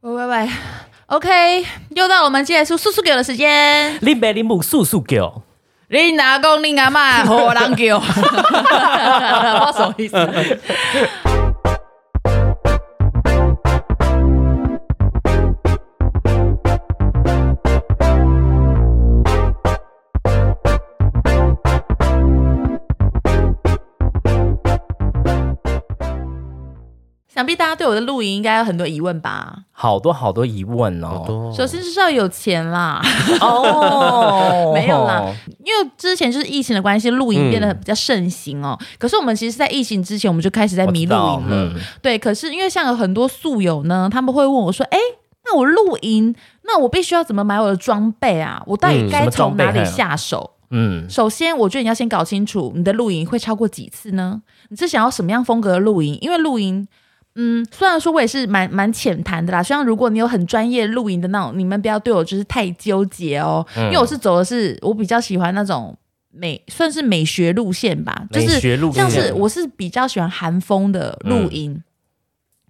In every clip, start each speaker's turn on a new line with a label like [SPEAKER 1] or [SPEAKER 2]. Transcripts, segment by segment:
[SPEAKER 1] 喂喂喂，OK，又到我们借叔叔叔给的时间。
[SPEAKER 2] 林北林母素素给哦，
[SPEAKER 1] 你阿公、你阿 妈，好人叫，我什么意思？ 想必大家对我的露营应该有很多疑问吧？
[SPEAKER 2] 好多好多疑问
[SPEAKER 3] 好
[SPEAKER 2] 哦。
[SPEAKER 3] 多
[SPEAKER 1] 首先就是要有钱啦。
[SPEAKER 2] 哦 嗯
[SPEAKER 1] 没有啦，因为之前就是疫情的关系，露营变得比较盛行哦。可是我们其实，在疫情之前，我们就开始在迷露
[SPEAKER 2] 哦我
[SPEAKER 1] 营
[SPEAKER 2] 知道
[SPEAKER 1] 了。
[SPEAKER 2] 嗯
[SPEAKER 1] 对，可是因为像有很多宿友呢，他们会问我说：“哎、那我露营，那我必须要怎么买我的装备啊？我到底
[SPEAKER 3] 嗯
[SPEAKER 2] 什
[SPEAKER 1] 该
[SPEAKER 2] 么
[SPEAKER 1] 从
[SPEAKER 2] 装备
[SPEAKER 1] 哪里
[SPEAKER 2] 还有
[SPEAKER 1] 下手？”
[SPEAKER 2] 嗯，
[SPEAKER 1] 首先，我觉得你要先搞清楚你的露营会超过几次呢？你是想要什么样风格的露营？因为露营。嗯，虽然说我也是蛮蛮浅谈的啦，虽然如果你有很专业露营的那种，你们不要对我就是太纠结哦，
[SPEAKER 2] 嗯
[SPEAKER 1] 因为我是走的是我比较喜欢那种美，算是美学路线吧，就
[SPEAKER 2] 美
[SPEAKER 1] 是
[SPEAKER 2] 学路
[SPEAKER 1] 像
[SPEAKER 2] 线
[SPEAKER 1] 是我是比较喜欢韩风的
[SPEAKER 3] 嗯
[SPEAKER 1] 露营。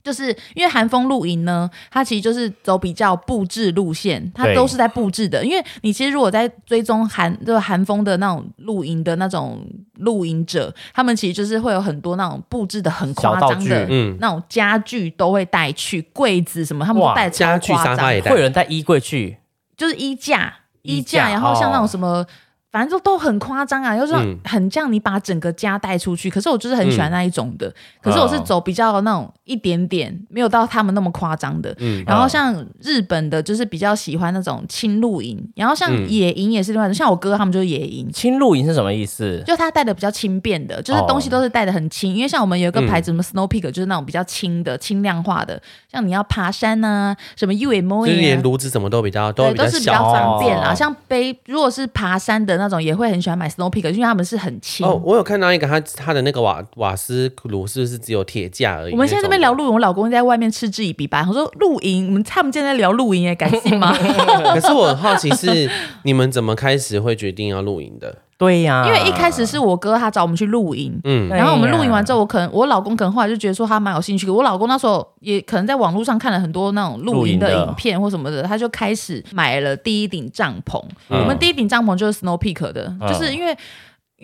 [SPEAKER 1] 就是因为韩风露营呢，它其实就是走比较布置路线，它
[SPEAKER 2] 对
[SPEAKER 1] 都是在布置的。因为你其实如果在追踪韩就是韩风的那种露营的那种露营者，他们其实就是会有很多那种布置的很夸
[SPEAKER 2] 小道
[SPEAKER 1] 张
[SPEAKER 2] 具
[SPEAKER 1] 的，
[SPEAKER 3] 嗯
[SPEAKER 1] 那种家具都会带去，柜子什么他们都
[SPEAKER 2] 哇
[SPEAKER 1] 带超
[SPEAKER 3] 家具
[SPEAKER 1] 夸
[SPEAKER 3] 沙
[SPEAKER 1] 张
[SPEAKER 3] 发也
[SPEAKER 2] 会
[SPEAKER 3] 带
[SPEAKER 2] 有，人带衣柜去，
[SPEAKER 1] 就是衣架、
[SPEAKER 2] 衣
[SPEAKER 1] 衣架，
[SPEAKER 2] 架
[SPEAKER 1] 然后像那种
[SPEAKER 2] 哦
[SPEAKER 1] 什么，反正就都很夸张啊，就是
[SPEAKER 3] 嗯
[SPEAKER 1] 很像你把整个家带出去。可是我就是很喜欢那一种的，可是我是走比较那种一点点，没有到他们那么夸张的。
[SPEAKER 3] 嗯
[SPEAKER 1] 然后像日本的，就是比较喜欢那种轻露营，然后像野营也是另外一种，像我哥他们就是野营，
[SPEAKER 2] 轻露营是什么意思？
[SPEAKER 1] 就他带的比较轻便的，就是
[SPEAKER 2] 哦
[SPEAKER 1] 东西都是带的很轻，因为像我们有一个牌子什么 Snow Peak，就是那种比较轻的、轻量化的，像你要爬山呐、什么 UMO
[SPEAKER 3] 就是
[SPEAKER 1] 呀
[SPEAKER 3] 连，炉子什么都比较都
[SPEAKER 1] 对，
[SPEAKER 3] 比
[SPEAKER 1] 都
[SPEAKER 3] 较
[SPEAKER 1] 是比较
[SPEAKER 3] 小。
[SPEAKER 1] 方便啦。
[SPEAKER 2] 哦
[SPEAKER 1] 像背，如果是爬山的那种，也会很喜欢买 Snow Peak，因为他们是很轻。
[SPEAKER 3] 哦，我有看到一个，他他的那个瓦瓦斯炉是不是只有铁架而已？
[SPEAKER 1] 我们现在这边聊露营，我老公在外面嗤之以鼻吧。他说露营，我们他们现在在聊露营耶，敢 信吗？
[SPEAKER 3] 那种。可 是我很好奇是你们怎么开始会决定要露营 的？
[SPEAKER 2] 对呀，
[SPEAKER 1] 因为一开始是我哥他找我们去露营，
[SPEAKER 3] 嗯
[SPEAKER 2] 啊
[SPEAKER 1] 然后我们露营完之
[SPEAKER 2] 后，
[SPEAKER 1] 后，我可能我老公可能后来就觉得说他蛮有兴趣，我老公那时候也可能在网络上看了很多那种露营
[SPEAKER 2] 露营
[SPEAKER 1] 的
[SPEAKER 2] 的
[SPEAKER 1] 影片或什么的，他就开始买了第一顶帐篷。
[SPEAKER 2] 嗯
[SPEAKER 1] 我们第一顶帐篷就是 Snow Peak 的，
[SPEAKER 2] 嗯
[SPEAKER 1] 就是因为。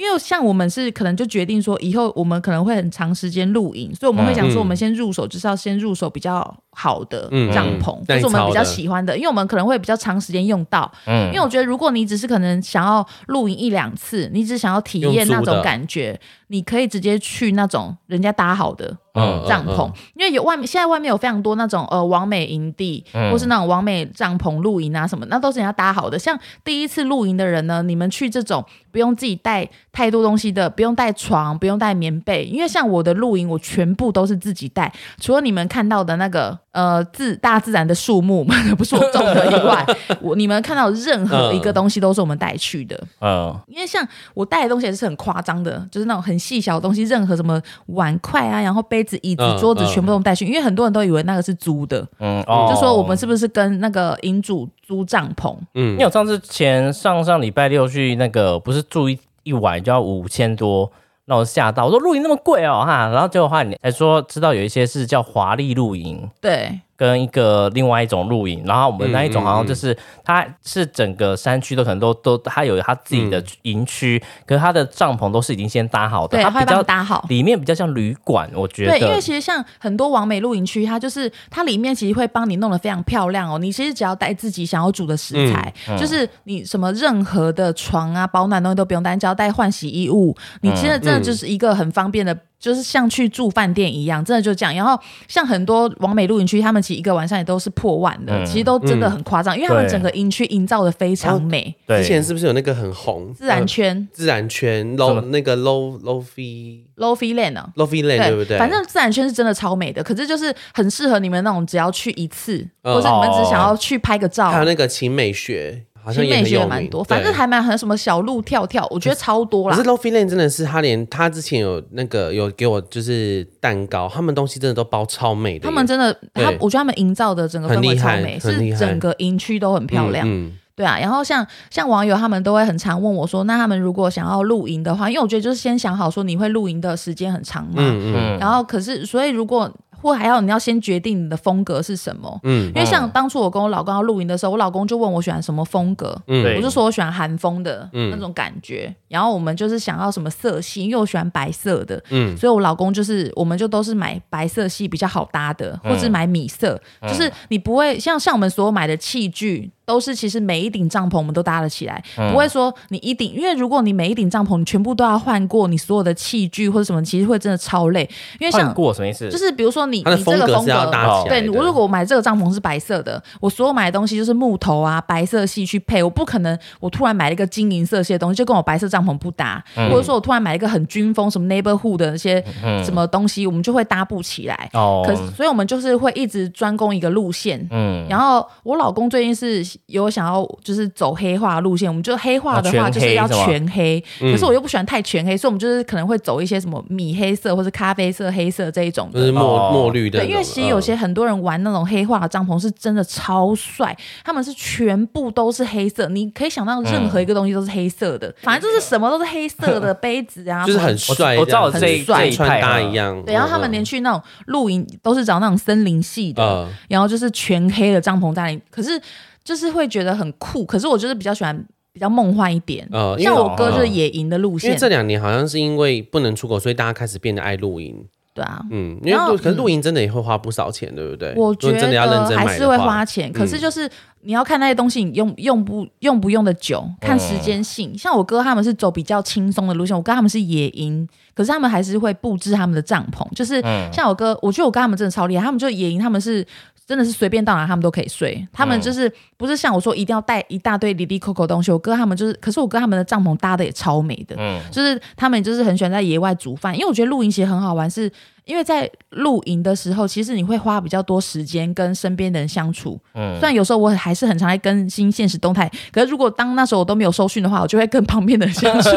[SPEAKER 1] 因为像我们是可能就决定说，以后我们可能会很长时间露营，所以我们会想说，
[SPEAKER 3] 嗯
[SPEAKER 1] 我们先入手就是要先入手比较好的
[SPEAKER 3] 嗯
[SPEAKER 1] 帐篷，
[SPEAKER 3] 嗯
[SPEAKER 1] 就是我们比较
[SPEAKER 3] 耐操的
[SPEAKER 1] 喜欢的，因为我们可能会比较长时间用到。
[SPEAKER 2] 嗯
[SPEAKER 1] 因为我觉得，如果你只是可能想要露营一两次，你只想要体验那
[SPEAKER 3] 用租
[SPEAKER 1] 种
[SPEAKER 3] 的
[SPEAKER 1] 感觉，你可以直接去那种人家搭好的
[SPEAKER 2] 嗯
[SPEAKER 1] 帐篷，因为有外面现在外面有非常多那种呃完美营地，
[SPEAKER 2] 嗯
[SPEAKER 1] 或是那种完美帐篷露营啊什么，那都是人家搭好的。像第一次露营的人呢，你们去这种不用自己带太多东西的，不用带床，不用带棉被，因为像我的露营，我全部都是自己带，除了你们看到的那个呃自大自然的树木 不是我种的以外， 我你们看到任何一个东西都是我们带去的。
[SPEAKER 2] 嗯
[SPEAKER 1] 因为像我带的东西也是很夸张的，就是那种很细小的东西，任何什么碗筷啊，然后杯子、椅子、
[SPEAKER 3] 嗯
[SPEAKER 1] 桌子，
[SPEAKER 3] 嗯
[SPEAKER 1] 全部都带去。因为很多人都以为那个是租的，
[SPEAKER 2] 嗯，哦
[SPEAKER 1] 就说我们是不是跟那个营主租帐篷？
[SPEAKER 3] 嗯
[SPEAKER 2] 因为我上次前上上礼拜六去那个，不是住一一晚就要五千多，让我吓到，我说露营那么贵哦哈，然后结果话你还说知道有一些是叫华丽露营。
[SPEAKER 1] 对，
[SPEAKER 2] 跟一个另外一种露营，然后我们那一种好像就是、它是整个山区都可能都都它有它自己的营区，可是它的帐篷都是已经先搭好的，
[SPEAKER 1] 对，
[SPEAKER 2] 它
[SPEAKER 1] 会
[SPEAKER 2] 哦比
[SPEAKER 1] 帮你
[SPEAKER 2] 较
[SPEAKER 1] 搭好。
[SPEAKER 2] 里面比较像旅馆，我觉
[SPEAKER 1] 对，因为
[SPEAKER 2] 得
[SPEAKER 1] 其实像很多完美露营区，它就是它里面其实会帮你弄得非常漂亮哦。你其实只要带自己想要煮的食材，
[SPEAKER 2] 嗯
[SPEAKER 1] 就是你什么任何的床啊、保暖东西都不用带，你只要带换洗衣物，你真的真的就是一个很方便的。就是像去住饭店一样，真的就这样。然后像很多完美露营区，他们其实一个晚上也都是破万的，
[SPEAKER 2] 嗯
[SPEAKER 1] 其实都真的很夸张，因为他们
[SPEAKER 2] 对哦
[SPEAKER 1] 整个营区营造的非常美，
[SPEAKER 2] 对
[SPEAKER 3] 之前是不是有那个很红
[SPEAKER 1] 自然
[SPEAKER 3] 呃
[SPEAKER 1] 圈、
[SPEAKER 3] 自然圈
[SPEAKER 2] 么
[SPEAKER 3] low 那个 low low fee
[SPEAKER 1] lofi land 哦，
[SPEAKER 3] low fee land 对不对？
[SPEAKER 1] 反正自然圈是真的超美的，可是就是很适合你们那种只要去一次，
[SPEAKER 3] 嗯
[SPEAKER 1] 或是你们只想要去拍个照。
[SPEAKER 3] 还有那个秦美学，好像
[SPEAKER 1] 其实
[SPEAKER 3] 也
[SPEAKER 1] 美
[SPEAKER 3] 很
[SPEAKER 1] 学
[SPEAKER 3] 有
[SPEAKER 1] 也
[SPEAKER 3] 名，
[SPEAKER 1] 蛮多，
[SPEAKER 3] 对
[SPEAKER 1] 反正还蛮很什么小路跳跳，我觉得超多
[SPEAKER 3] 可
[SPEAKER 1] 啦
[SPEAKER 3] 是。Lofi Land 真的是他连他之前有那个有给我就是蛋糕，他们东西真的都包超美的耶，
[SPEAKER 1] 他们真的，
[SPEAKER 3] 对
[SPEAKER 1] 他我觉得他们营造的整个氛围超美，
[SPEAKER 3] 很厉害很厉
[SPEAKER 1] 是
[SPEAKER 3] 害
[SPEAKER 1] 整个营区都很漂亮。
[SPEAKER 3] 嗯嗯
[SPEAKER 1] 对啊，然后像像网友他们都会很常问我说，那他们如果想要露营的话，因为我觉得就是先想好说你会露营的时间很长嘛，
[SPEAKER 3] 嗯嗯
[SPEAKER 2] 嗯
[SPEAKER 1] 然后可是，所以如果或还要你要先决定你的风格是什么。
[SPEAKER 3] 嗯
[SPEAKER 1] 因为像当初我跟我老公要露营的时候，我老公就问我喜欢什么风格，
[SPEAKER 3] 嗯
[SPEAKER 2] 对
[SPEAKER 1] 我就说我喜欢韩风的
[SPEAKER 3] 嗯
[SPEAKER 1] 那种感觉。然后我们就是想要什么色系，因为我喜欢白色的，
[SPEAKER 3] 嗯
[SPEAKER 1] 所以我老公就是我们就都是买白色系比较好搭的，
[SPEAKER 3] 嗯
[SPEAKER 1] 或是买米色，就是你不会像像我们所有买的器具。都是其实每一顶帐篷我们都搭了起来，
[SPEAKER 3] 嗯
[SPEAKER 1] 不会说你一顶，因为如果你每一顶帐篷你全部都要换过你所有的器具或者什么，其实会真的超累。因为像
[SPEAKER 2] 换过什么意思？
[SPEAKER 1] 就是比如说你
[SPEAKER 3] 它的
[SPEAKER 1] 你这个
[SPEAKER 3] 格
[SPEAKER 1] 风
[SPEAKER 3] 是要
[SPEAKER 1] 格，
[SPEAKER 3] 搭起来
[SPEAKER 1] 对，
[SPEAKER 3] 的。
[SPEAKER 1] 我如果我买这个帐篷是白色的，我所有买的东西就是木头啊、白色系去配，我不可能我突然买了一个金银色系的东西就跟我白色帐篷不搭，
[SPEAKER 3] 嗯
[SPEAKER 1] 或者说我突然买了一个很军风什么 neighborhood 的那些什么东西，我们就会搭不起来。
[SPEAKER 2] 哦，
[SPEAKER 1] 可是，所以我们就是会一直专攻一个路线。
[SPEAKER 2] 嗯，
[SPEAKER 1] 然后我老公最近是有想要就是走黑化路线，我们就黑化的
[SPEAKER 2] 啊全
[SPEAKER 3] 哦
[SPEAKER 1] 话
[SPEAKER 2] 黑
[SPEAKER 1] 就是要
[SPEAKER 2] 是吗
[SPEAKER 1] 全黑，
[SPEAKER 3] 嗯
[SPEAKER 1] 可是我又不喜欢太全黑，所以我们就是可能会走一些什么米黑色或是咖啡色、黑色这一种
[SPEAKER 3] 就是
[SPEAKER 1] 的。
[SPEAKER 3] 墨
[SPEAKER 2] 哦
[SPEAKER 3] 墨绿的那种，
[SPEAKER 1] 对，因为其实有
[SPEAKER 3] 嗯
[SPEAKER 1] 些很多人玩那种黑化的帐篷是真的超帅，他们是全部都是黑色，你可以想到任何一个东西都是黑色的，反正就是什么都是黑色的杯子啊，
[SPEAKER 3] 嗯 就是
[SPEAKER 1] 什么
[SPEAKER 3] 很帅，
[SPEAKER 2] 我知道
[SPEAKER 3] 这
[SPEAKER 1] 这
[SPEAKER 3] 样
[SPEAKER 1] 一这一派
[SPEAKER 3] 跟穿搭
[SPEAKER 2] 啊
[SPEAKER 3] 一样。嗯
[SPEAKER 1] 对，然后他们连去那种露营都是找那种森林系的，
[SPEAKER 3] 呃，
[SPEAKER 1] 然后就是全黑的帐篷在里，可是就是会觉得很酷。可是我就是比较喜欢比较梦幻一点，
[SPEAKER 3] 呃因为
[SPEAKER 1] 像
[SPEAKER 2] 我
[SPEAKER 1] 我哥就是野营的路
[SPEAKER 3] 因为
[SPEAKER 1] 线，
[SPEAKER 3] 这两年好像是因为不能出国，所以大家开始变得爱露营。
[SPEAKER 1] 对啊。
[SPEAKER 3] 嗯，因为
[SPEAKER 1] 然后
[SPEAKER 3] 露可是露营真的也会花不少钱，对不对？
[SPEAKER 1] 我
[SPEAKER 3] 如果
[SPEAKER 1] 觉
[SPEAKER 3] 你真的要认
[SPEAKER 1] 得
[SPEAKER 3] 真
[SPEAKER 1] 还
[SPEAKER 3] 买
[SPEAKER 1] 是
[SPEAKER 3] 的
[SPEAKER 1] 会
[SPEAKER 3] 话，嗯
[SPEAKER 1] 花钱，可是就是你要看那些东西，你用用不用不用的久，看时
[SPEAKER 3] 哦
[SPEAKER 1] 间性。像我哥他们是走比较轻松的路线，我哥他们是野营，可是他们还是会布置他们的帐篷。就是
[SPEAKER 3] 嗯
[SPEAKER 1] 像我哥，我觉得我跟他们真的超厉害，他们就野营，他们是真的是随便到哪他们都可以睡，他
[SPEAKER 3] 嗯
[SPEAKER 1] 们就是不是像我说一定要带一大堆里里扣扣东西。我哥他们就是，可是我哥他们的帐篷搭的也超美的，就是他们就是很喜欢在野外煮饭，因为我觉得露营其实很好玩是。因为在露营的时候，其实你会花比较多时间跟身边的人相处。嗯，虽然有时候我还是很常在更新现实动态，可是如果当那时候我都没有收讯的话，我就会跟旁边的人相处。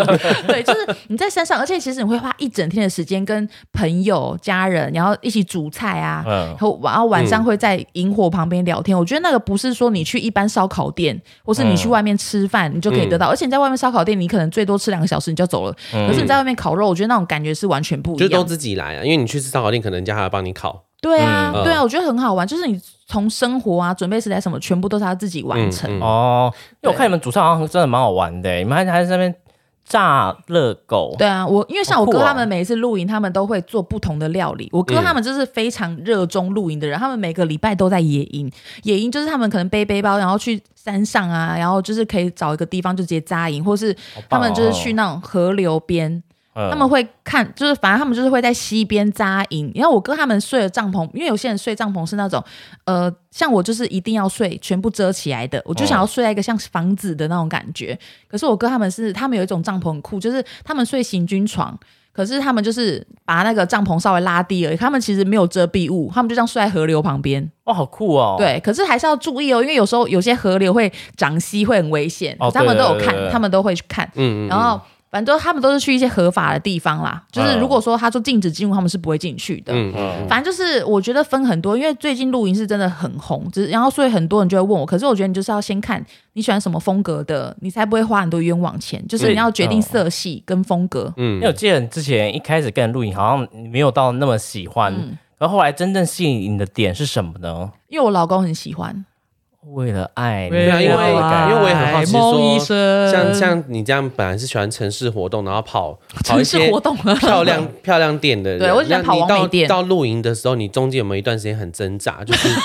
[SPEAKER 1] 对，就是你在山上，而且其实你会花一整天的时间跟朋友、家人，然后一起煮菜啊，
[SPEAKER 2] 嗯
[SPEAKER 3] 哦
[SPEAKER 1] 然，后然后晚
[SPEAKER 3] 嗯
[SPEAKER 1] 上会在萤火旁边聊天。我觉得那个不是说你去一般烧烤店，或是你
[SPEAKER 3] 嗯
[SPEAKER 1] 去外面吃饭，你就可以得到。而且你在外面烧烤店，你可能最多吃两个小时你就走了。可
[SPEAKER 3] 嗯
[SPEAKER 1] 是你在外面烤肉，我觉得那种感觉是完全不一
[SPEAKER 3] 就
[SPEAKER 1] 样。
[SPEAKER 3] 都自己来啊。因为你去吃烧烤店，可能人家还要帮你烤。
[SPEAKER 1] 对啊，
[SPEAKER 3] 嗯
[SPEAKER 1] 对啊，我觉得很好玩，就是你从生活啊、准备食材什么，全部都是他自己完成。
[SPEAKER 3] 嗯嗯
[SPEAKER 2] 哦，因为我看你们煮菜好像真的蛮好玩的，你们还还在那边炸热狗，
[SPEAKER 1] 对啊，我因为像我
[SPEAKER 2] 好酷
[SPEAKER 1] 哥
[SPEAKER 2] 哦嗯
[SPEAKER 1] 他们每一次露营，他们都会做不同的料理。我哥他们就是非常热衷露营的人，他们每个礼拜都在野营。野营就是他们可能背背包，然后去山上啊，然后就是可以找一个地方就直接扎营，或是
[SPEAKER 2] 好
[SPEAKER 1] 他
[SPEAKER 2] 棒哦
[SPEAKER 1] 们就是去那种河流边，
[SPEAKER 2] 嗯
[SPEAKER 1] 他们会看，就是反正他们就是会在溪边扎营。然后我哥他们睡的帐篷，因为有些人睡帐篷是那种，呃，像我就是一定要睡全部遮起来的，我就想要睡在一个像房子的那种感觉。可是我哥他们是，他们有一种帐篷很酷，就是他们睡行军床。可是他们就是把那个帐篷稍微拉低而已，他们其实没有遮蔽物，他们就这样睡在河流旁边。
[SPEAKER 2] 哦，好酷哦，，
[SPEAKER 1] 对，可是还是要注意哦，因为有时候有些河流会涨息，会很危险。
[SPEAKER 2] 哦
[SPEAKER 1] 可是他们都有
[SPEAKER 2] 对对
[SPEAKER 1] 看，
[SPEAKER 2] 对对
[SPEAKER 1] 他们都会去看。
[SPEAKER 3] 嗯嗯，
[SPEAKER 1] 然后反正都他们都是去一些合法的地方啦。就是如果说他说禁止进入，他们是不会进去的。
[SPEAKER 3] 哦嗯
[SPEAKER 2] 嗯，
[SPEAKER 1] 反正就是我觉得分很多，因为最近露营是真的很红，只是然后所以很多人就会问我，可是我觉得你就是要先看你喜欢什么风格的，你才不会花很多冤枉钱。就是你要决
[SPEAKER 3] 嗯
[SPEAKER 1] 定色系跟风格。
[SPEAKER 2] 因为我记得你之前一开始跟人录影，好像你没有到那么喜欢，
[SPEAKER 1] 嗯
[SPEAKER 2] 然后后来真正吸引你的点是什么呢？
[SPEAKER 1] 因为我老公很喜欢，
[SPEAKER 2] 为了爱，
[SPEAKER 3] 对啊，因为
[SPEAKER 2] 你的感
[SPEAKER 3] 因为我也很好奇
[SPEAKER 1] 梦医
[SPEAKER 3] 说，像
[SPEAKER 1] 生
[SPEAKER 3] 像你这样本来是喜欢城市活动，然后跑跑
[SPEAKER 1] 城
[SPEAKER 3] 一
[SPEAKER 1] 市
[SPEAKER 3] 些
[SPEAKER 1] 活动啊
[SPEAKER 3] 漂亮 漂亮店的人，
[SPEAKER 1] 对我喜欢
[SPEAKER 3] 那
[SPEAKER 1] 跑
[SPEAKER 3] 你
[SPEAKER 1] 完
[SPEAKER 3] 到
[SPEAKER 1] 美店
[SPEAKER 3] 到露营的时候，你中间有没有一段时间很挣扎？就是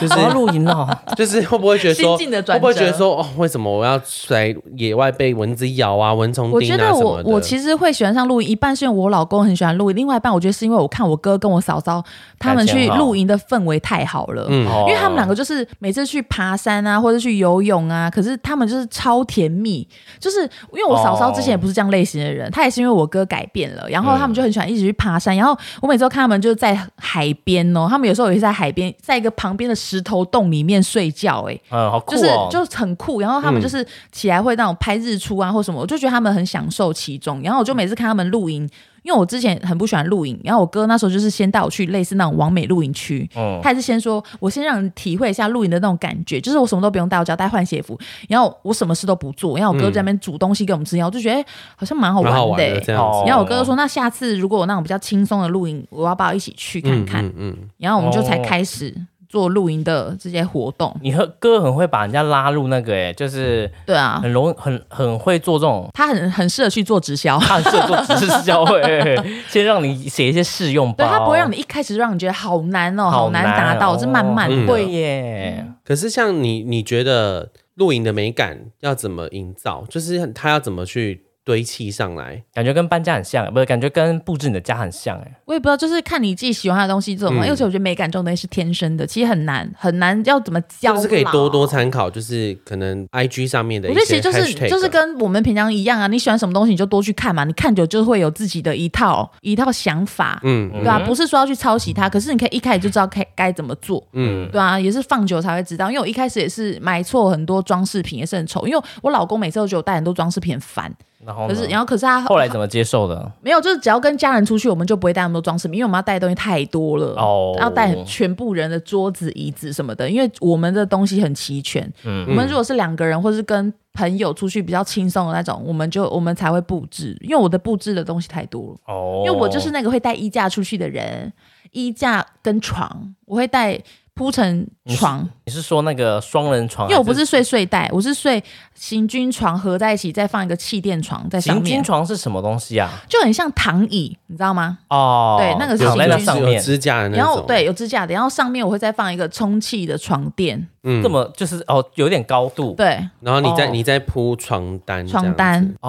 [SPEAKER 3] 就是
[SPEAKER 2] 我要露营 了，
[SPEAKER 3] 就是会不会觉得说，
[SPEAKER 1] 心境
[SPEAKER 3] 会
[SPEAKER 1] 的转折
[SPEAKER 3] 不会觉得说哦，为什么我要来野外被蚊子咬啊、蚊虫
[SPEAKER 1] 我
[SPEAKER 3] 叮
[SPEAKER 1] 觉
[SPEAKER 3] 啊
[SPEAKER 1] 得
[SPEAKER 3] 什
[SPEAKER 1] 我
[SPEAKER 3] 么的？
[SPEAKER 1] 我其实会喜欢上露营，一半是因为我老公很喜欢露营，另外一半我觉得是因为我看我哥跟我嫂嫂他们
[SPEAKER 2] 感
[SPEAKER 1] 去
[SPEAKER 2] 情好
[SPEAKER 1] 露营的氛围太好了。
[SPEAKER 3] 嗯
[SPEAKER 1] 因为他
[SPEAKER 2] 哦
[SPEAKER 1] 们两个就是每次去爬山啊，或者去游泳啊，可是他们就是超甜蜜。就是因为我嫂嫂之前也
[SPEAKER 3] 哦
[SPEAKER 1] 不是这样类型的人，她也是因为我哥改变了，然
[SPEAKER 3] 嗯
[SPEAKER 1] 后他们就很喜欢一起去爬山。然后我每次都看他们就是在海边哦，他们有时候也是在海边，在一个旁边的石头洞里面睡觉、欸，
[SPEAKER 2] 嗯，好酷
[SPEAKER 1] 就是
[SPEAKER 2] 哦，
[SPEAKER 1] 就很酷，然后他们
[SPEAKER 3] 嗯
[SPEAKER 1] 就是起来会那种拍日出啊或什么，我就觉得他们很享受其中。然后我就每次看他们露营，因因为我之前很不喜欢露营，然后我哥那时候就是先带我去类似那种完美露营区，
[SPEAKER 3] 哦
[SPEAKER 2] 嗯
[SPEAKER 1] 他也是先说，我先让你体会一下露营的那种感觉，就是我什么都不用带，我只要带换鞋服，然后我什么事都不做，然后我哥在那边煮东西给我们吃，然后我就觉得、哎好像蛮好
[SPEAKER 3] 嗯
[SPEAKER 1] 玩
[SPEAKER 3] 蛮好玩
[SPEAKER 1] 的、
[SPEAKER 3] 的
[SPEAKER 1] 欸
[SPEAKER 3] 这样子。
[SPEAKER 2] 哦
[SPEAKER 1] 然后我哥就说：“那下次如果有那种比较轻松的露营，我要不要一起去看看？”
[SPEAKER 3] 嗯嗯
[SPEAKER 1] 然后我们就才
[SPEAKER 2] 哦
[SPEAKER 1] 开始做露营的这些活动。
[SPEAKER 2] 你和哥很会把人家拉入那个、欸，就是
[SPEAKER 1] 对啊，
[SPEAKER 2] 很容很很会做这种
[SPEAKER 1] 他很很适合去做 直销，
[SPEAKER 2] 暗射做知识教会， 欸先让你写一些试用包，
[SPEAKER 1] 对他不会让你一开始就让你觉得好难哦，好难达到，
[SPEAKER 2] 哦
[SPEAKER 1] 是慢慢
[SPEAKER 2] 很
[SPEAKER 1] 的。
[SPEAKER 2] 会耶。
[SPEAKER 3] 嗯。可是像你，你觉得露营的美感要怎么营造？就是它要怎么去堆砌上来？
[SPEAKER 2] 感觉跟搬家很像，不是？感觉跟布置你的家很像，哎，
[SPEAKER 1] 我也不知道，就是看你自己喜欢的东西这种，
[SPEAKER 3] 嗯
[SPEAKER 1] 而且我觉得美感这种东西是天生的，其实很难很难要怎么教
[SPEAKER 3] 是
[SPEAKER 1] 啦。
[SPEAKER 3] 不是可以多多参考？就是可能 I G 上面的
[SPEAKER 1] 我
[SPEAKER 3] 一
[SPEAKER 1] 觉得
[SPEAKER 3] 些
[SPEAKER 1] 其实就是
[SPEAKER 3] hashtag 啊
[SPEAKER 1] 就是跟我们平常一样啊，你喜欢什么东西你就多去看嘛，你看久就会有自己的一套一套想法，
[SPEAKER 3] 嗯
[SPEAKER 1] 对啊，不是说要去抄袭它，可是你可以一开始就知道该该怎么做，
[SPEAKER 3] 嗯
[SPEAKER 1] 对啊，也是放久才会知道。因为我一开始也是买错很多装饰品，也是很丑，因为我老公每次都觉得我带很多装饰品很烦，
[SPEAKER 2] 然后
[SPEAKER 1] 可
[SPEAKER 2] 呢
[SPEAKER 1] 是然后可是他
[SPEAKER 2] 后来怎么接受的？
[SPEAKER 1] 没有，就是只要跟家人出去，我们就不会带那么多装饰品，因为我们要带的东西太多了，
[SPEAKER 2] 哦
[SPEAKER 1] 要带全部人的桌子、椅子什么的，因为我们的东西很齐全。
[SPEAKER 2] 嗯
[SPEAKER 1] 我们如果是两个人，或是跟朋友出去比较轻松的那种，我们就我们才会布置，因为我的布置的东西太多了，
[SPEAKER 2] 哦，
[SPEAKER 1] 因为我就是那个会带衣架出去的人，衣架跟床，我会带铺成床，
[SPEAKER 2] 你是啊说那个双人床，
[SPEAKER 1] 因为我不
[SPEAKER 2] 还
[SPEAKER 1] 是睡睡袋，我是睡行军床合在一起，再放一个气垫床在上
[SPEAKER 2] 行
[SPEAKER 1] 面
[SPEAKER 2] 军，床是什么东西啊？
[SPEAKER 1] 就很像躺椅，你知道吗？
[SPEAKER 2] 哦，
[SPEAKER 1] 对那个是
[SPEAKER 2] 躺在
[SPEAKER 1] 行
[SPEAKER 2] 那
[SPEAKER 1] 军
[SPEAKER 2] 上
[SPEAKER 3] 有
[SPEAKER 2] 面，
[SPEAKER 3] 支架的那
[SPEAKER 1] 嗯然后
[SPEAKER 3] 种，
[SPEAKER 1] 对，有支架的，然后上面我会再放一个充气的床垫，
[SPEAKER 3] 嗯
[SPEAKER 2] 这么就是哦，有点高度
[SPEAKER 1] 对，
[SPEAKER 3] 然后你再、
[SPEAKER 2] 哦
[SPEAKER 3] 你再铺床单嗯这样子，
[SPEAKER 1] 床单
[SPEAKER 2] 哦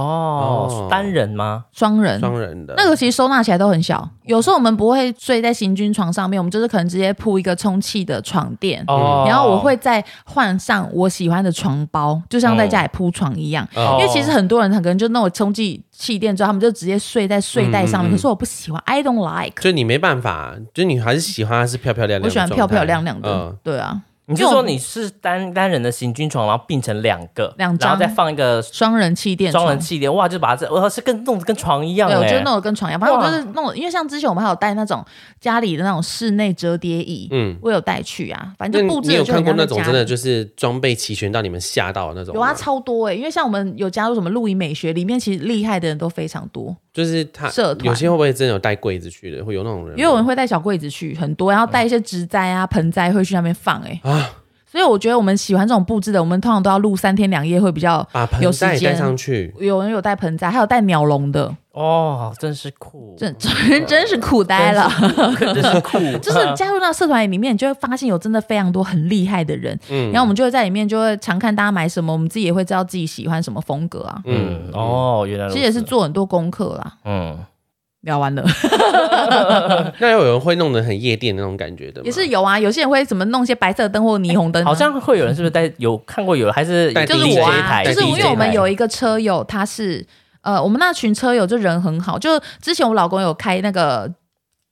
[SPEAKER 3] 哦，
[SPEAKER 2] 单人吗？
[SPEAKER 1] 双人。
[SPEAKER 3] 双人的
[SPEAKER 1] 那个其实收纳起来都很小，有时候我们不会睡在行军床上面，我们就是可能直接铺一个充气的床垫，
[SPEAKER 3] 嗯
[SPEAKER 2] 哦，
[SPEAKER 1] 然后我会再换上我喜欢的床包，就像在家里铺床一样。
[SPEAKER 2] 哦，
[SPEAKER 1] 因为其实很多人可能就那种充气气垫之后，他们就直接睡在睡袋上
[SPEAKER 3] 嗯
[SPEAKER 1] 面，
[SPEAKER 3] 嗯嗯
[SPEAKER 1] 可是我不喜欢，I don't like，
[SPEAKER 3] 就你没办法，就你还是喜欢它是漂漂亮亮的
[SPEAKER 1] 我喜欢
[SPEAKER 3] 状态，
[SPEAKER 1] 漂漂亮亮的，
[SPEAKER 3] 嗯
[SPEAKER 1] 对啊，
[SPEAKER 2] 你是说你是单单人的行军床，然后并成两个，
[SPEAKER 1] 两张
[SPEAKER 2] 然后再放一个
[SPEAKER 1] 双人气垫
[SPEAKER 2] 双人
[SPEAKER 1] 床
[SPEAKER 2] 气垫，哇，就把这哇是跟弄得跟床一样
[SPEAKER 1] 对，我
[SPEAKER 2] 哎
[SPEAKER 1] 就，弄得跟床一样，反正我
[SPEAKER 2] 哇
[SPEAKER 1] 就是弄，因为像之前我们还有带那种家里的那种室内折叠椅，
[SPEAKER 3] 嗯。
[SPEAKER 1] 我有带去啊，反
[SPEAKER 3] 那
[SPEAKER 1] 正
[SPEAKER 3] 你
[SPEAKER 1] 就布置
[SPEAKER 3] 你有
[SPEAKER 1] 得就
[SPEAKER 3] 看
[SPEAKER 1] 很
[SPEAKER 3] 过
[SPEAKER 1] 像
[SPEAKER 3] 那
[SPEAKER 1] 在
[SPEAKER 3] 种
[SPEAKER 1] 家
[SPEAKER 3] 真的
[SPEAKER 1] 里。
[SPEAKER 3] 就是装备齐全到你们吓到的那种
[SPEAKER 1] 有
[SPEAKER 3] 吗？
[SPEAKER 1] 啊，超多哎、因为像我们有加入什么露营美学，里面其实厉害的人都非常多，
[SPEAKER 3] 就是他
[SPEAKER 1] 社团
[SPEAKER 3] 有些会不会真的有带柜子去的？会有那种人吗，
[SPEAKER 1] 也有人会带小柜子去，很多，然后带一些植栽啊、盆栽会去那边放哎、
[SPEAKER 3] 啊，
[SPEAKER 1] 所以我觉得我们喜欢这种布置的，我们通常都要录三天两夜会比较
[SPEAKER 3] 把啊盆
[SPEAKER 1] 有时
[SPEAKER 3] 栽也带
[SPEAKER 1] 间。
[SPEAKER 3] 上去，
[SPEAKER 1] 有人有带盆栽，还有带鸟笼的，
[SPEAKER 2] 哦，真是酷，
[SPEAKER 1] 真 真真是苦呆了。
[SPEAKER 2] 真 是酷，
[SPEAKER 1] 就是 你加入到社团里面，你就会发现有真的非常多很厉害的人，
[SPEAKER 3] 嗯
[SPEAKER 4] 嗯
[SPEAKER 1] 然后我们就会在里面就会常看大家买什么，我们自己也会知道自己喜欢什么风格啊。
[SPEAKER 2] 嗯，哦，原来如
[SPEAKER 1] 其
[SPEAKER 2] 此
[SPEAKER 1] 实也是做很多功课啦。
[SPEAKER 2] 嗯，
[SPEAKER 1] 聊完了，
[SPEAKER 3] 嗯那有人会弄得很夜店那种感觉的吗，
[SPEAKER 1] 也是有啊，有些人会怎么弄一些白色灯或霓虹灯啊、
[SPEAKER 2] 好像会有人是不是带有看过有还是
[SPEAKER 3] 带
[SPEAKER 1] 就是
[SPEAKER 2] DJ
[SPEAKER 1] 我啊，
[SPEAKER 2] 台，
[SPEAKER 1] 就是因
[SPEAKER 3] DJ
[SPEAKER 1] 为我们有一个车友，他是呃，我们那群车友就人很好，就之前我老公有开那个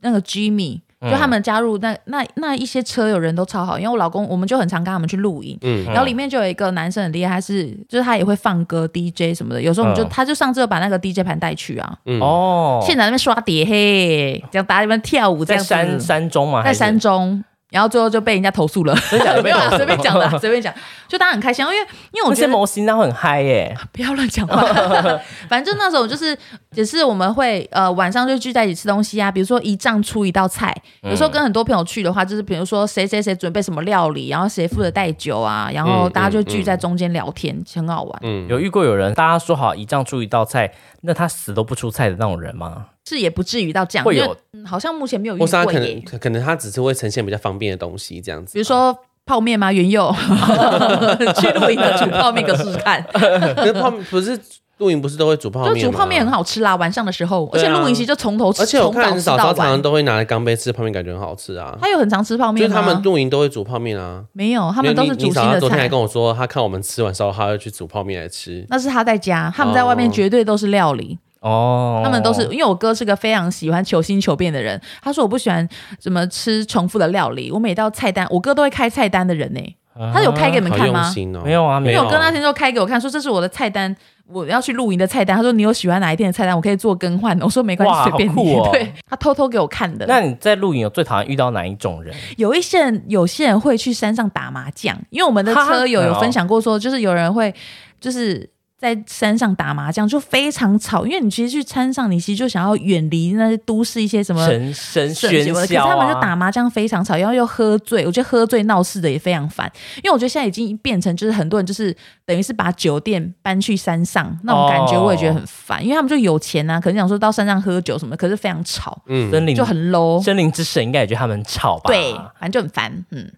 [SPEAKER 1] 那个 Jimmy。就
[SPEAKER 2] 嗯
[SPEAKER 1] 他们加入那那那一些车友人都超好，因为我老公我们就很常跟他们去露营，
[SPEAKER 3] 嗯
[SPEAKER 2] 哦
[SPEAKER 1] 然后里面就有一个男生很厉害，他是就是他也会放歌 DJ 什么的，有时候我们就、
[SPEAKER 2] 嗯
[SPEAKER 1] 他就上次就把那个 DJ 盘带去啊，
[SPEAKER 3] 嗯
[SPEAKER 2] 哦，
[SPEAKER 1] 现在那边刷碟嘿，这样打你们跳舞这
[SPEAKER 2] 在
[SPEAKER 1] 样子
[SPEAKER 2] 山山中嘛，
[SPEAKER 1] 在
[SPEAKER 2] 还是啊
[SPEAKER 1] 山中，然后最后就被人家投诉 了，
[SPEAKER 2] 真假的
[SPEAKER 1] 没
[SPEAKER 2] 被
[SPEAKER 1] 有
[SPEAKER 2] 投
[SPEAKER 1] 啦，
[SPEAKER 2] 诉
[SPEAKER 1] 随便讲的啊，随便讲，就大家很开心，哦因为因为我
[SPEAKER 2] 那
[SPEAKER 1] 觉
[SPEAKER 2] 些
[SPEAKER 1] 得嗯
[SPEAKER 2] 模型他很嗨耶，
[SPEAKER 1] 不要乱讲话， 反正那时候就是也是我们会呃晚上就聚在一起吃东西啊，比如说一仗出一道菜，
[SPEAKER 2] 嗯
[SPEAKER 1] 有时候跟很多朋友去的话，就是比如说谁谁谁准备什么料理，然后谁负责带酒啊，然后大家就聚在中间聊天，很好玩。
[SPEAKER 3] 嗯，
[SPEAKER 2] 有遇过有人大家说好一仗出一道菜，那他死都不出菜的那种人吗？
[SPEAKER 1] 是也不至于到这样，
[SPEAKER 2] 会
[SPEAKER 1] 因为
[SPEAKER 2] 有
[SPEAKER 1] 嗯好像目前没有遇
[SPEAKER 3] 或是他
[SPEAKER 1] 过
[SPEAKER 3] 可
[SPEAKER 1] 耶
[SPEAKER 3] 能。可可能他只是会呈现比较方便的东西这样子，
[SPEAKER 1] 比如说泡面吗？原佑去露营的煮泡面可试试看，
[SPEAKER 3] 可是泡不是露营不是都会煮泡面
[SPEAKER 1] 就
[SPEAKER 3] 吗，
[SPEAKER 1] 煮泡面很好吃啦，晚上的时候，而且
[SPEAKER 2] 对啊
[SPEAKER 1] 露营其实就从头吃
[SPEAKER 3] 而且我
[SPEAKER 1] 从早
[SPEAKER 3] 看
[SPEAKER 1] 吃
[SPEAKER 3] 嫂
[SPEAKER 1] 到
[SPEAKER 3] 嫂常常
[SPEAKER 1] 晚。
[SPEAKER 3] 都会拿来干杯吃泡面，感觉很好吃啊。
[SPEAKER 1] 他有很常吃泡
[SPEAKER 3] 就是
[SPEAKER 1] 面吗？
[SPEAKER 3] 他们露营都会煮泡面啊，
[SPEAKER 1] 没有，他们
[SPEAKER 3] 因为
[SPEAKER 1] 都
[SPEAKER 3] 你
[SPEAKER 1] 是
[SPEAKER 3] 你
[SPEAKER 1] 煮
[SPEAKER 3] 嫂
[SPEAKER 1] 新
[SPEAKER 3] 嫂
[SPEAKER 1] 的
[SPEAKER 3] 昨天还
[SPEAKER 1] 菜。
[SPEAKER 3] 跟我说，她看我们吃完之后，她要去煮泡面来吃。
[SPEAKER 1] 那是他在家，他们在外面
[SPEAKER 3] 哦
[SPEAKER 1] 绝对都是料理，
[SPEAKER 2] 哦，
[SPEAKER 1] 他们都是因为我哥是个非常喜欢求新求变的人，他说我不喜欢什么吃重复的料理，我每道菜单我哥都会开菜单的人呢、
[SPEAKER 3] 啊
[SPEAKER 1] 他有开给你们
[SPEAKER 4] 好
[SPEAKER 1] 看
[SPEAKER 4] 用
[SPEAKER 1] 吗？
[SPEAKER 4] 心哦，
[SPEAKER 2] 没有啊没
[SPEAKER 1] 因为
[SPEAKER 2] 有
[SPEAKER 1] 我跟那天就开给我看，说这是我的菜单，我要去露营的菜单。他说你有喜欢哪一店的菜单，我可以做更换。我说没关
[SPEAKER 2] 哇
[SPEAKER 1] 系，随便
[SPEAKER 2] 好
[SPEAKER 1] 你。
[SPEAKER 2] 酷哦
[SPEAKER 1] 对他偷偷给我看的。
[SPEAKER 2] 那你在露营有最讨厌遇到哪一种人？
[SPEAKER 1] 有一些人，有些人会去山上打麻将，因为我们的
[SPEAKER 2] 哈
[SPEAKER 1] 车友有
[SPEAKER 2] 哦
[SPEAKER 1] 分享过说，就是有人会就是在山上打麻将，就非常吵。因为你其实去山上，你其实就想要远离那些都市一些什么。
[SPEAKER 2] 神神
[SPEAKER 1] 什么
[SPEAKER 2] 喧
[SPEAKER 1] 的可是
[SPEAKER 2] 嚣
[SPEAKER 1] 他们就
[SPEAKER 2] 啊！
[SPEAKER 1] 打麻将非常吵，然后又喝醉，我觉得喝醉闹事的也非常烦。因为我觉得现在已经变成就是很多人就是等于是把酒店搬去山上那种感觉，
[SPEAKER 2] 哦
[SPEAKER 1] 我也觉得很烦。因为他们就有钱啊，可能想说到山上喝酒什么的，可是非常吵，
[SPEAKER 4] 嗯，
[SPEAKER 2] 森林
[SPEAKER 1] 就很 low。
[SPEAKER 2] 森林之神应该也觉得他们很吵吧？
[SPEAKER 1] 对，反正就很烦。嗯，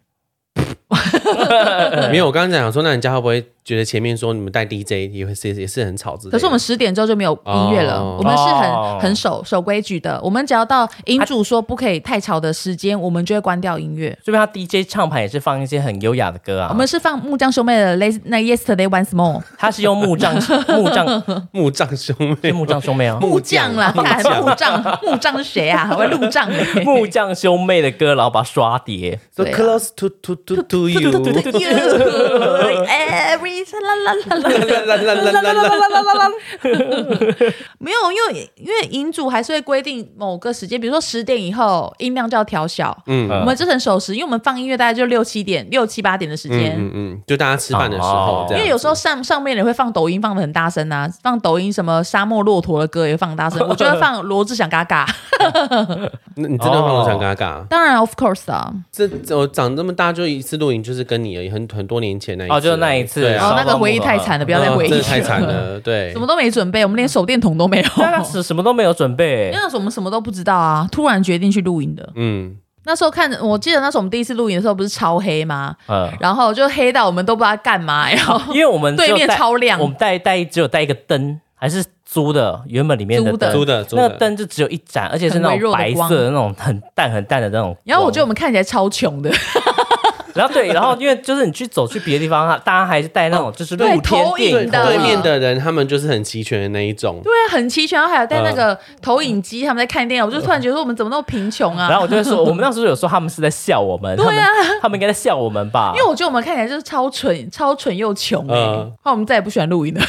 [SPEAKER 4] 没有，我刚刚讲说，那人家会不会觉得前面说你们带 DJ 也会是也是很吵之类的？
[SPEAKER 1] 可是我们十点之后就没有音乐了，
[SPEAKER 4] 哦
[SPEAKER 1] 我们是很、
[SPEAKER 2] 哦
[SPEAKER 1] 很守守规矩的。我们只要到营主说不可以太吵的时间，我们就会关掉音乐。
[SPEAKER 2] 这边他 DJ 唱盘也是放一些很优雅的歌啊。
[SPEAKER 1] 我们是放木匠兄妹的《Last 那 Yesterday Once More》
[SPEAKER 2] 他是用 木杖木杖
[SPEAKER 4] 木杖兄
[SPEAKER 2] 是
[SPEAKER 4] 妹，
[SPEAKER 2] 木杖兄妹哦，
[SPEAKER 1] 木匠啦，干木匠木匠是谁啊？我路障嘞。
[SPEAKER 2] 木匠兄妹的歌，然后把它刷碟。
[SPEAKER 4] ，so
[SPEAKER 1] 对啊
[SPEAKER 4] close to to to to you，
[SPEAKER 1] Every 啦啦啦啦啦啦啦啦啦 啦啦，没有，因为因为营主还是会规定某个时间，比如说十点以后音量就要调小，
[SPEAKER 4] 嗯
[SPEAKER 1] 我们这很守时，因为我们放音乐大概就六七点、六七八点的时
[SPEAKER 4] 嗯
[SPEAKER 1] 间。
[SPEAKER 4] 嗯嗯，就大家吃饭的时候
[SPEAKER 2] 哦
[SPEAKER 4] 这
[SPEAKER 1] 因
[SPEAKER 4] 样，
[SPEAKER 1] 为有时候上上面人会放抖音放的很大声啊，放抖音什么沙漠骆驼的歌也会放大声，我就会放罗志祥嘎嘎，
[SPEAKER 4] 那你真的放楼上嘎嘎？
[SPEAKER 1] 当然 of course 啊，
[SPEAKER 4] 这这我长这么大就一次露营，就是跟你而已，很很多年前那一次
[SPEAKER 2] 哦就是那一次
[SPEAKER 4] 对
[SPEAKER 1] 然
[SPEAKER 4] 啊
[SPEAKER 1] 后那个回忆太惨了，不要再
[SPEAKER 4] 哦
[SPEAKER 1] 回忆
[SPEAKER 4] 真
[SPEAKER 1] 了，
[SPEAKER 4] 的太 惨了，对
[SPEAKER 1] 什，么都没准备，我们连手电筒都没有。
[SPEAKER 2] 但啊他什什么都没有准备
[SPEAKER 1] 因为，那时候我们什么都不知道啊，突然决定去露营的。
[SPEAKER 4] 嗯，
[SPEAKER 1] 那时候看，我记得那时候我们第一次露营的时候不是超黑吗？
[SPEAKER 2] 嗯，
[SPEAKER 1] 然后就黑到我们都不知道干 嘛，然后
[SPEAKER 2] 因为我们
[SPEAKER 4] 嗯
[SPEAKER 2] 只有
[SPEAKER 1] 对面
[SPEAKER 2] 带
[SPEAKER 1] 超亮
[SPEAKER 2] 我们带带只有带一个灯，还是租的，原本里面的
[SPEAKER 1] 租的
[SPEAKER 2] 灯
[SPEAKER 4] 租的租
[SPEAKER 2] 那
[SPEAKER 4] 的
[SPEAKER 2] 个灯就只有一盏，而且是
[SPEAKER 1] 很
[SPEAKER 2] 那
[SPEAKER 1] 微弱
[SPEAKER 2] 种
[SPEAKER 1] 的
[SPEAKER 2] 白
[SPEAKER 1] 光
[SPEAKER 2] 色的那种很淡很淡的那种光。
[SPEAKER 1] 然后我觉得我们看起来超穷的，
[SPEAKER 2] 然后对，然后因为就是你去走去别的地方，大家还是带那种就是露
[SPEAKER 1] 对
[SPEAKER 2] 天
[SPEAKER 1] 投影
[SPEAKER 2] 电
[SPEAKER 4] 对，
[SPEAKER 2] 影
[SPEAKER 1] 的
[SPEAKER 4] 对面的人他们就是很齐全的那一种，
[SPEAKER 1] 对啊，很齐全，然后还有带那
[SPEAKER 4] 嗯
[SPEAKER 1] 个投影机，他们在看电影，我就突然觉得说我们怎么那么贫穷啊
[SPEAKER 4] 嗯
[SPEAKER 2] 然？后我就会说，我们那时候有说他们是在笑我们，他
[SPEAKER 1] 对
[SPEAKER 2] 们
[SPEAKER 1] 啊，
[SPEAKER 2] 他们应该在笑我们吧？
[SPEAKER 1] 因为我觉得我们看起来就是超蠢、超蠢又穷哎、欸，
[SPEAKER 4] 嗯
[SPEAKER 1] 后来我们再也不喜欢露 营了。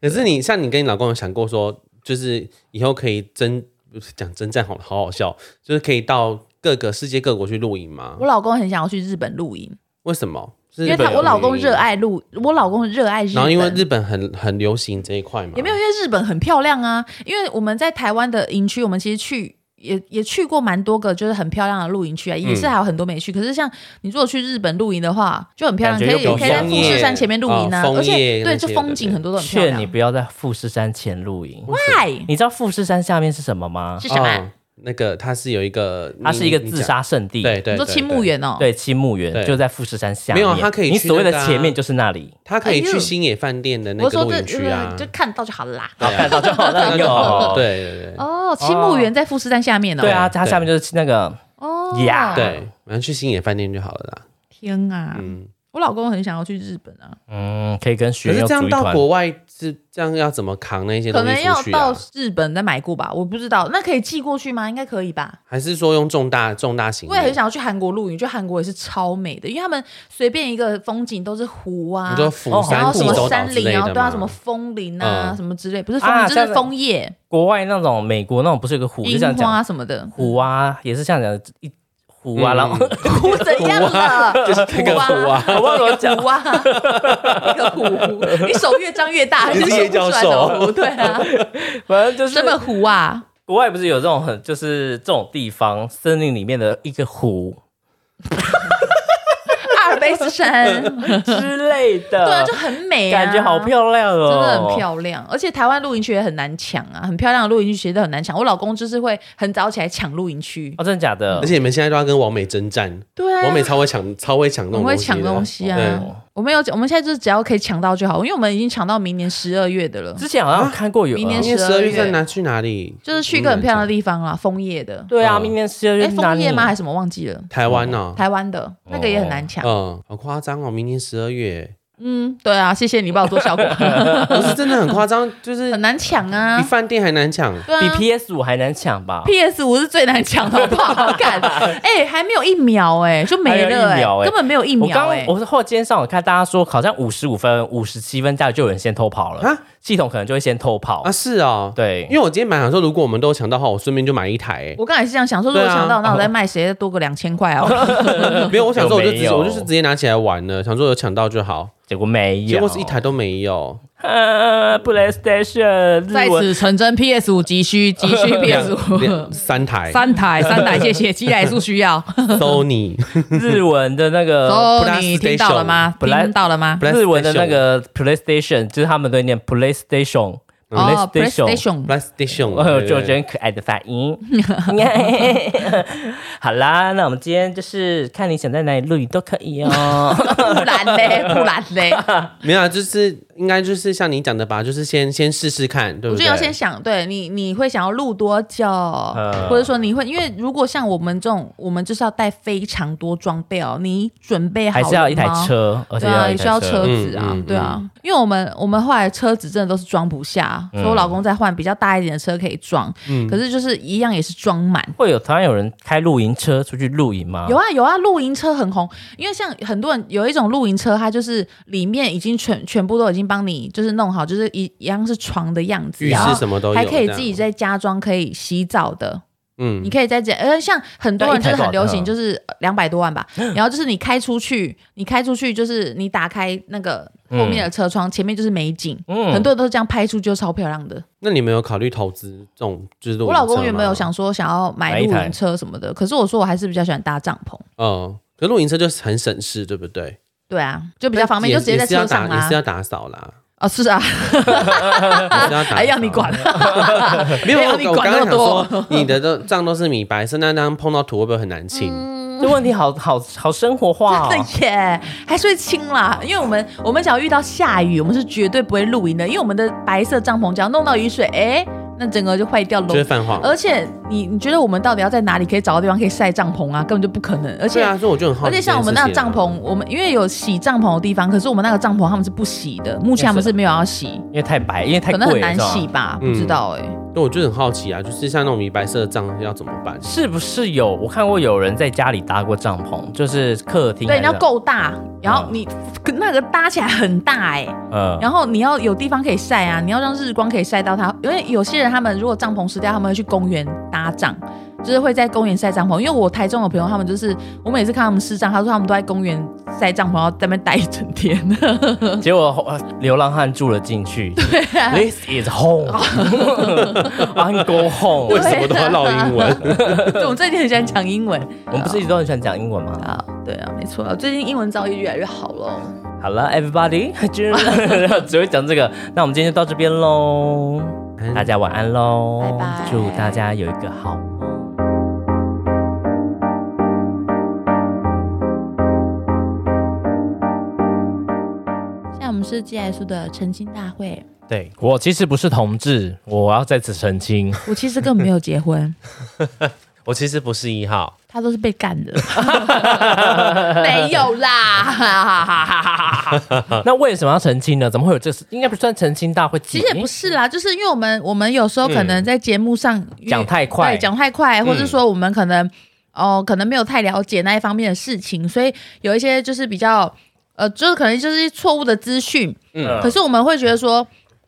[SPEAKER 4] 可是你像你跟你老公有想过说，就是以后可以征不是讲征战好好好笑，就是可以到各个世界各国去露营吗
[SPEAKER 1] 我？老公很想要去日本露营，
[SPEAKER 4] 为什么？因
[SPEAKER 1] 因为他我老公热，爱露，我老公热爱日本，
[SPEAKER 4] 然后因为日本很很流行这一块嘛，
[SPEAKER 1] 也没有，因为日本很漂亮啊。因为我们在台湾的营区，我们其实去也也去过蛮多个，就是很漂亮的露营区
[SPEAKER 4] 嗯
[SPEAKER 1] 啊，也是还有很多没去。可是像你如果去日本露营的话，就很漂亮，
[SPEAKER 2] 感
[SPEAKER 1] 可
[SPEAKER 2] 觉
[SPEAKER 1] 以
[SPEAKER 2] 又
[SPEAKER 1] 也
[SPEAKER 2] 不
[SPEAKER 1] 可以在
[SPEAKER 2] 一样
[SPEAKER 1] 富士山前面露营啊，
[SPEAKER 4] 哦枫叶
[SPEAKER 1] 而且对，
[SPEAKER 4] 那些
[SPEAKER 1] 就风景
[SPEAKER 4] 对
[SPEAKER 1] 很多都很漂
[SPEAKER 2] 劝你
[SPEAKER 1] 亮。
[SPEAKER 2] 不要在富士山前露营。
[SPEAKER 1] Why
[SPEAKER 2] 你知道富士山下面是什么吗？
[SPEAKER 1] 是什么
[SPEAKER 4] 哦？那个它是有一个，
[SPEAKER 2] 它是一个
[SPEAKER 4] 你
[SPEAKER 2] 自，杀圣地。
[SPEAKER 4] 你讲对对，
[SPEAKER 1] 你说
[SPEAKER 4] 对
[SPEAKER 1] 青木，园哦？
[SPEAKER 2] 对，青木园
[SPEAKER 4] 对
[SPEAKER 2] 就在富士山下
[SPEAKER 4] 没
[SPEAKER 2] 面。
[SPEAKER 4] 有它可以去
[SPEAKER 2] 你所谓的
[SPEAKER 4] 那个啊
[SPEAKER 2] 前面就是那里。
[SPEAKER 4] 对它可以
[SPEAKER 1] 哎呦
[SPEAKER 4] 去星野饭店的那
[SPEAKER 1] 我
[SPEAKER 4] 个
[SPEAKER 1] 说
[SPEAKER 4] 露
[SPEAKER 1] 这
[SPEAKER 4] 营区啊，
[SPEAKER 1] 就看到就好啦。
[SPEAKER 4] 好看
[SPEAKER 2] 到就好 那就好
[SPEAKER 4] 对对对
[SPEAKER 1] 哦，青木园在富士山下面哦。
[SPEAKER 2] 对啊，
[SPEAKER 4] 对
[SPEAKER 2] 它下面就是那个
[SPEAKER 1] 哦，
[SPEAKER 2] 呀
[SPEAKER 4] 对，反正去星野饭店就好了啦，
[SPEAKER 1] 天啊！
[SPEAKER 4] 嗯，
[SPEAKER 1] 我老公很想要去日本啊，
[SPEAKER 2] 嗯，可以跟学
[SPEAKER 4] 可是
[SPEAKER 2] 员
[SPEAKER 4] 这样
[SPEAKER 2] 组一
[SPEAKER 4] 到
[SPEAKER 2] 团。
[SPEAKER 4] 国外是这样要怎么扛那些东
[SPEAKER 1] 可
[SPEAKER 4] 西出
[SPEAKER 1] 能
[SPEAKER 4] 去啊
[SPEAKER 1] 要到日本再买过吧，我不知道。那可以寄过去吗？应该可以吧。
[SPEAKER 4] 还是说用重大重大型？
[SPEAKER 1] 我也很想要去韩国露营，就韩国也是超美的，因为他们随便一个风景都是湖啊
[SPEAKER 4] 你，说釜
[SPEAKER 1] 然
[SPEAKER 4] 山、
[SPEAKER 1] 后
[SPEAKER 2] 山
[SPEAKER 1] 什
[SPEAKER 4] 济
[SPEAKER 1] 么
[SPEAKER 4] 州岛
[SPEAKER 1] 山
[SPEAKER 4] 之
[SPEAKER 1] 林
[SPEAKER 4] 类
[SPEAKER 1] 啊，
[SPEAKER 4] 的
[SPEAKER 1] 对啊，
[SPEAKER 4] 嘛，
[SPEAKER 1] 什么枫林啊，
[SPEAKER 4] 嗯
[SPEAKER 1] 什么之类，不是枫
[SPEAKER 2] 啊
[SPEAKER 1] 林就是
[SPEAKER 2] 像
[SPEAKER 1] 枫叶、
[SPEAKER 2] 国外那种美国那种不是有个湖，就这样
[SPEAKER 1] 樱
[SPEAKER 2] 讲
[SPEAKER 1] 花什么的。
[SPEAKER 2] 湖啊，也是像讲一湖
[SPEAKER 4] 嗯
[SPEAKER 2] 啊，然后
[SPEAKER 1] 湖怎样了？
[SPEAKER 4] 啊 就是那个湖啊
[SPEAKER 1] 湖啊，一个湖啊， 一个湖，你手越张越大，
[SPEAKER 4] 你是
[SPEAKER 1] 就是
[SPEAKER 4] 叶教授
[SPEAKER 1] 说不出来什么湖，对啊，
[SPEAKER 2] 反正 就是
[SPEAKER 1] 什么湖啊？
[SPEAKER 2] 国外不是有这种很就是这种地方，森林里面的一个湖
[SPEAKER 1] 阿尔卑斯 山，
[SPEAKER 2] 之类的，
[SPEAKER 1] 对啊，就很美啊，
[SPEAKER 2] 感觉好漂亮哦，
[SPEAKER 1] 真的很漂亮，而且台湾露营区也很难抢啊，很漂亮的露营区其实都很难抢。我老公就是会很早起来抢露营区，
[SPEAKER 2] 哦，真的假的
[SPEAKER 4] 而？且你们现在都要跟王美征战，
[SPEAKER 1] 对啊，
[SPEAKER 4] 王美超会抢，超会抢
[SPEAKER 1] 我
[SPEAKER 4] 那种
[SPEAKER 1] 们
[SPEAKER 4] 东
[SPEAKER 1] 会
[SPEAKER 4] 西的，
[SPEAKER 1] 抢东西啊
[SPEAKER 2] 嗯
[SPEAKER 4] 对。
[SPEAKER 1] 我们有，我们现在就是只要可以抢到就好，因为我们已经抢到明年十二月的了，
[SPEAKER 2] 之前好像看过有，啊
[SPEAKER 1] 明年
[SPEAKER 4] 今年
[SPEAKER 1] 12
[SPEAKER 4] 十二月
[SPEAKER 1] 月
[SPEAKER 4] 份拿去哪里？
[SPEAKER 1] 就是去一个很漂亮的地方啦，枫叶的，
[SPEAKER 2] 对啊，
[SPEAKER 4] 嗯
[SPEAKER 2] 明年十二月
[SPEAKER 1] 哎，
[SPEAKER 2] 是哪
[SPEAKER 1] 枫
[SPEAKER 2] 里
[SPEAKER 1] 叶吗？还是什么忘记了？
[SPEAKER 4] 台湾哦，
[SPEAKER 2] 哦
[SPEAKER 1] 台湾的那个也很难抢，
[SPEAKER 4] 嗯，好夸张哦，明年十二月，
[SPEAKER 1] 嗯，对啊，谢谢你帮我做效 果，
[SPEAKER 3] 可是真的很夸张，就是
[SPEAKER 1] 很难抢
[SPEAKER 3] 比
[SPEAKER 1] 啊。
[SPEAKER 3] 饭店还难抢。
[SPEAKER 1] 对
[SPEAKER 2] 比
[SPEAKER 1] 啊
[SPEAKER 2] PS 五还难抢吧？
[SPEAKER 1] PS 五是最难抢的，好不好？ 看，哎，还没有一秒，哎，就没了，
[SPEAKER 2] 还有一
[SPEAKER 1] 哎
[SPEAKER 2] 秒，哎
[SPEAKER 1] 根本没有一
[SPEAKER 2] 我
[SPEAKER 1] 秒，
[SPEAKER 2] 刚
[SPEAKER 1] 哎，
[SPEAKER 2] 我是后来今天上午看大家说，好像五十五分、五十七分，大概就有人先偷跑了
[SPEAKER 3] 啊，
[SPEAKER 2] 系统可能就会先偷跑
[SPEAKER 3] 啊，。是哦，
[SPEAKER 2] 对
[SPEAKER 3] 因，为我今天买想说，如果我们都抢到的话，我顺便就买一台、欸。
[SPEAKER 1] 我刚才是这样想说，如果
[SPEAKER 3] 对啊
[SPEAKER 1] 想到
[SPEAKER 2] 哦
[SPEAKER 1] 那我再卖谁多个两千块 啊？
[SPEAKER 3] 没有，我想说我就
[SPEAKER 2] 有
[SPEAKER 3] 直
[SPEAKER 2] 没
[SPEAKER 3] 接
[SPEAKER 2] 有
[SPEAKER 3] 我就是直接拿起来玩了，想说有抢到就好，
[SPEAKER 2] 结果没有，
[SPEAKER 3] 结果是一台。都没 有。
[SPEAKER 2] 呃，PlayStation
[SPEAKER 1] 在
[SPEAKER 2] 日文
[SPEAKER 1] 此成真，PS 五急需，急需 PS 五
[SPEAKER 2] 啊
[SPEAKER 3] 两。三台
[SPEAKER 1] 三台，三台，谢谢，七台数需 要。
[SPEAKER 3] Sony
[SPEAKER 2] 日文的那个
[SPEAKER 1] 哦，
[SPEAKER 3] Plus
[SPEAKER 1] 你听到了吗？
[SPEAKER 2] Station
[SPEAKER 1] 听到了吗？
[SPEAKER 3] Plus
[SPEAKER 2] 日文的那个 PlayStation，就是他们都念 PlayStation
[SPEAKER 1] 哦
[SPEAKER 2] PlayStation。
[SPEAKER 3] PlayStation，
[SPEAKER 1] 哎
[SPEAKER 2] 我有
[SPEAKER 3] 对
[SPEAKER 2] 就
[SPEAKER 3] 对
[SPEAKER 2] 觉得很可爱的发音。 好啦，那我们今天就是看你想在哪里录影都可 以哦。
[SPEAKER 1] 不然嘞，不然 嘞，
[SPEAKER 3] 没有啊，就是应该就是像你讲的吧，就是先先试试看，对
[SPEAKER 1] 我
[SPEAKER 3] 不
[SPEAKER 1] 就
[SPEAKER 3] 对？
[SPEAKER 1] 要先想，对你你会想要录多久，
[SPEAKER 2] 嗯
[SPEAKER 1] 或者说你会，因为如果像我们这种，我们就是要带非常多装备哦，你准备好
[SPEAKER 2] 还是要
[SPEAKER 1] 了
[SPEAKER 2] 一台
[SPEAKER 1] 吗
[SPEAKER 2] 车，而且
[SPEAKER 1] 哦对啊，
[SPEAKER 2] 一
[SPEAKER 1] 也需要
[SPEAKER 2] 台
[SPEAKER 1] 车子啊，
[SPEAKER 3] 嗯嗯
[SPEAKER 1] 对啊，因为我们我们后来车子真的都是装不下，
[SPEAKER 2] 嗯
[SPEAKER 1] 所以我老公在换比较大一点的车可以装，
[SPEAKER 3] 嗯
[SPEAKER 1] 可是就是一样也是装满。
[SPEAKER 2] 会有台湾有人开露营车出去露营吗？
[SPEAKER 1] 有啊有啊，露营车很红，因为像很多人有一种露营车，它就是里面已经全全部都已经帮你就是弄好，就是一一样是床的样子，
[SPEAKER 3] 浴
[SPEAKER 1] 然后
[SPEAKER 3] 室什么都有，
[SPEAKER 1] 还可以自己
[SPEAKER 3] 这样
[SPEAKER 1] 再加装可以洗澡的，你
[SPEAKER 3] 嗯，
[SPEAKER 1] 可以在这，呃，像很多人就是很流行，
[SPEAKER 2] 对
[SPEAKER 1] 就
[SPEAKER 2] 一
[SPEAKER 1] 是两百多万吧。然后就是你开出去，你开出去就是你打开那个后面的车窗，前面就是美景，
[SPEAKER 2] 嗯
[SPEAKER 1] 很多人都是这样拍出，就超漂亮的。
[SPEAKER 3] 那你们有考虑投资这种就是露营
[SPEAKER 1] 我老公
[SPEAKER 3] 车
[SPEAKER 1] 原本有
[SPEAKER 3] 吗，
[SPEAKER 1] 想说想要买
[SPEAKER 2] 买一
[SPEAKER 1] 露
[SPEAKER 2] 台
[SPEAKER 1] 营车什么的，可是我说我还是比较喜欢搭帐篷。
[SPEAKER 3] 嗯，可露营车就是很省事，对不对？
[SPEAKER 1] 对啊，就比较方便，就直接在
[SPEAKER 3] 也是要
[SPEAKER 1] 车
[SPEAKER 3] 打
[SPEAKER 1] 上啊
[SPEAKER 3] 也
[SPEAKER 1] 啦
[SPEAKER 3] 是。要打扫 啦，
[SPEAKER 1] 啊，是啊，
[SPEAKER 3] 也是要打扫。
[SPEAKER 1] 还要你管？
[SPEAKER 3] 没有，
[SPEAKER 1] 没有
[SPEAKER 3] 我
[SPEAKER 1] 你
[SPEAKER 3] 我
[SPEAKER 1] 管
[SPEAKER 3] 刚刚
[SPEAKER 1] 那么
[SPEAKER 3] 想
[SPEAKER 1] 多
[SPEAKER 3] 说，你的都账都是米白，圣诞当碰到土会不会很难清？
[SPEAKER 2] 这问 题好好好生活化哦。
[SPEAKER 1] 真的耶，还是会清啦。因为我们我们只要遇到下雨，我们是绝对不会露营的，因为我们的白色帐篷只要弄到雨水，哎、那整个就坏掉
[SPEAKER 3] 就
[SPEAKER 1] 了
[SPEAKER 3] 是。泛黄。
[SPEAKER 1] 而且你你觉得我们到底要在哪里可以找到地方可以晒帐篷啊？根本就不可能。而
[SPEAKER 3] 对
[SPEAKER 1] 且、
[SPEAKER 3] 啊，所以我就很好
[SPEAKER 1] 而
[SPEAKER 3] 奇这件
[SPEAKER 1] 且
[SPEAKER 3] 事情啊。
[SPEAKER 1] 像我们那个帐篷，我们因为有洗帐篷的地方，可是我们那个帐篷他们是不洗的，目前他们是没有要洗，
[SPEAKER 2] 因为太白，因为太
[SPEAKER 1] 哦可能
[SPEAKER 2] 贵了，
[SPEAKER 1] 很难
[SPEAKER 2] 是吧
[SPEAKER 1] 洗吧，
[SPEAKER 3] 嗯
[SPEAKER 1] 不知道哎、
[SPEAKER 3] 对，我就很好奇啊，就是像那种米白色的帐要怎么 办？
[SPEAKER 2] 是不是有？我看过有人在家里搭过帐篷，就是客厅。
[SPEAKER 1] 对，你要，够大，然后你、那个搭起来很大哎、
[SPEAKER 2] 嗯，
[SPEAKER 1] 然后你要有地方可以晒啊，你要让日光可以晒到它。因为有些人他们如果帐篷湿掉，他们会去公园搭帐，就是会在公园晒帐篷。因为我台中的朋友，他们就是我每次看他们湿帐，他说他们都在公园晒帐篷，然后在那边待一整天。
[SPEAKER 2] 结果呃流浪汉住了进去。This
[SPEAKER 3] 哎
[SPEAKER 2] is
[SPEAKER 1] 哦
[SPEAKER 2] home. I'm go
[SPEAKER 3] 为
[SPEAKER 1] 啊
[SPEAKER 2] home.
[SPEAKER 3] 什么都要唠英文？
[SPEAKER 1] 对，我最近很喜欢讲英文。
[SPEAKER 2] 我们不是一直都很喜欢讲英文吗？
[SPEAKER 1] 啊，对啊，没错，最近英文造诣越来越好了。
[SPEAKER 2] 好了，everybody，就是 只会讲这个。那我们今天就到这边喽，大家晚安喽，
[SPEAKER 1] 嗯拜拜
[SPEAKER 2] 祝大家有一个好梦。
[SPEAKER 1] 现在我们是寄来书的澄清大会，
[SPEAKER 2] 对我其实不是同志，我要在此澄清，
[SPEAKER 1] 我其实根本没有结婚，
[SPEAKER 3] 我其实不是一号，
[SPEAKER 1] 他都是被干 的，没有啦。
[SPEAKER 2] 那为什么要澄清呢？怎么会有这事？应该不算澄清大会，
[SPEAKER 1] 其实也不是啦，就是因为我们我们有时候可能在节目上因为
[SPEAKER 2] 嗯讲太快嗯
[SPEAKER 1] 对，讲太快，或者说我们可能、哦，可能没有太了解那一方面的事情，所以有一些就是比较呃，就是可能就是错误的资讯，
[SPEAKER 2] 嗯
[SPEAKER 1] 可是我们会觉得说。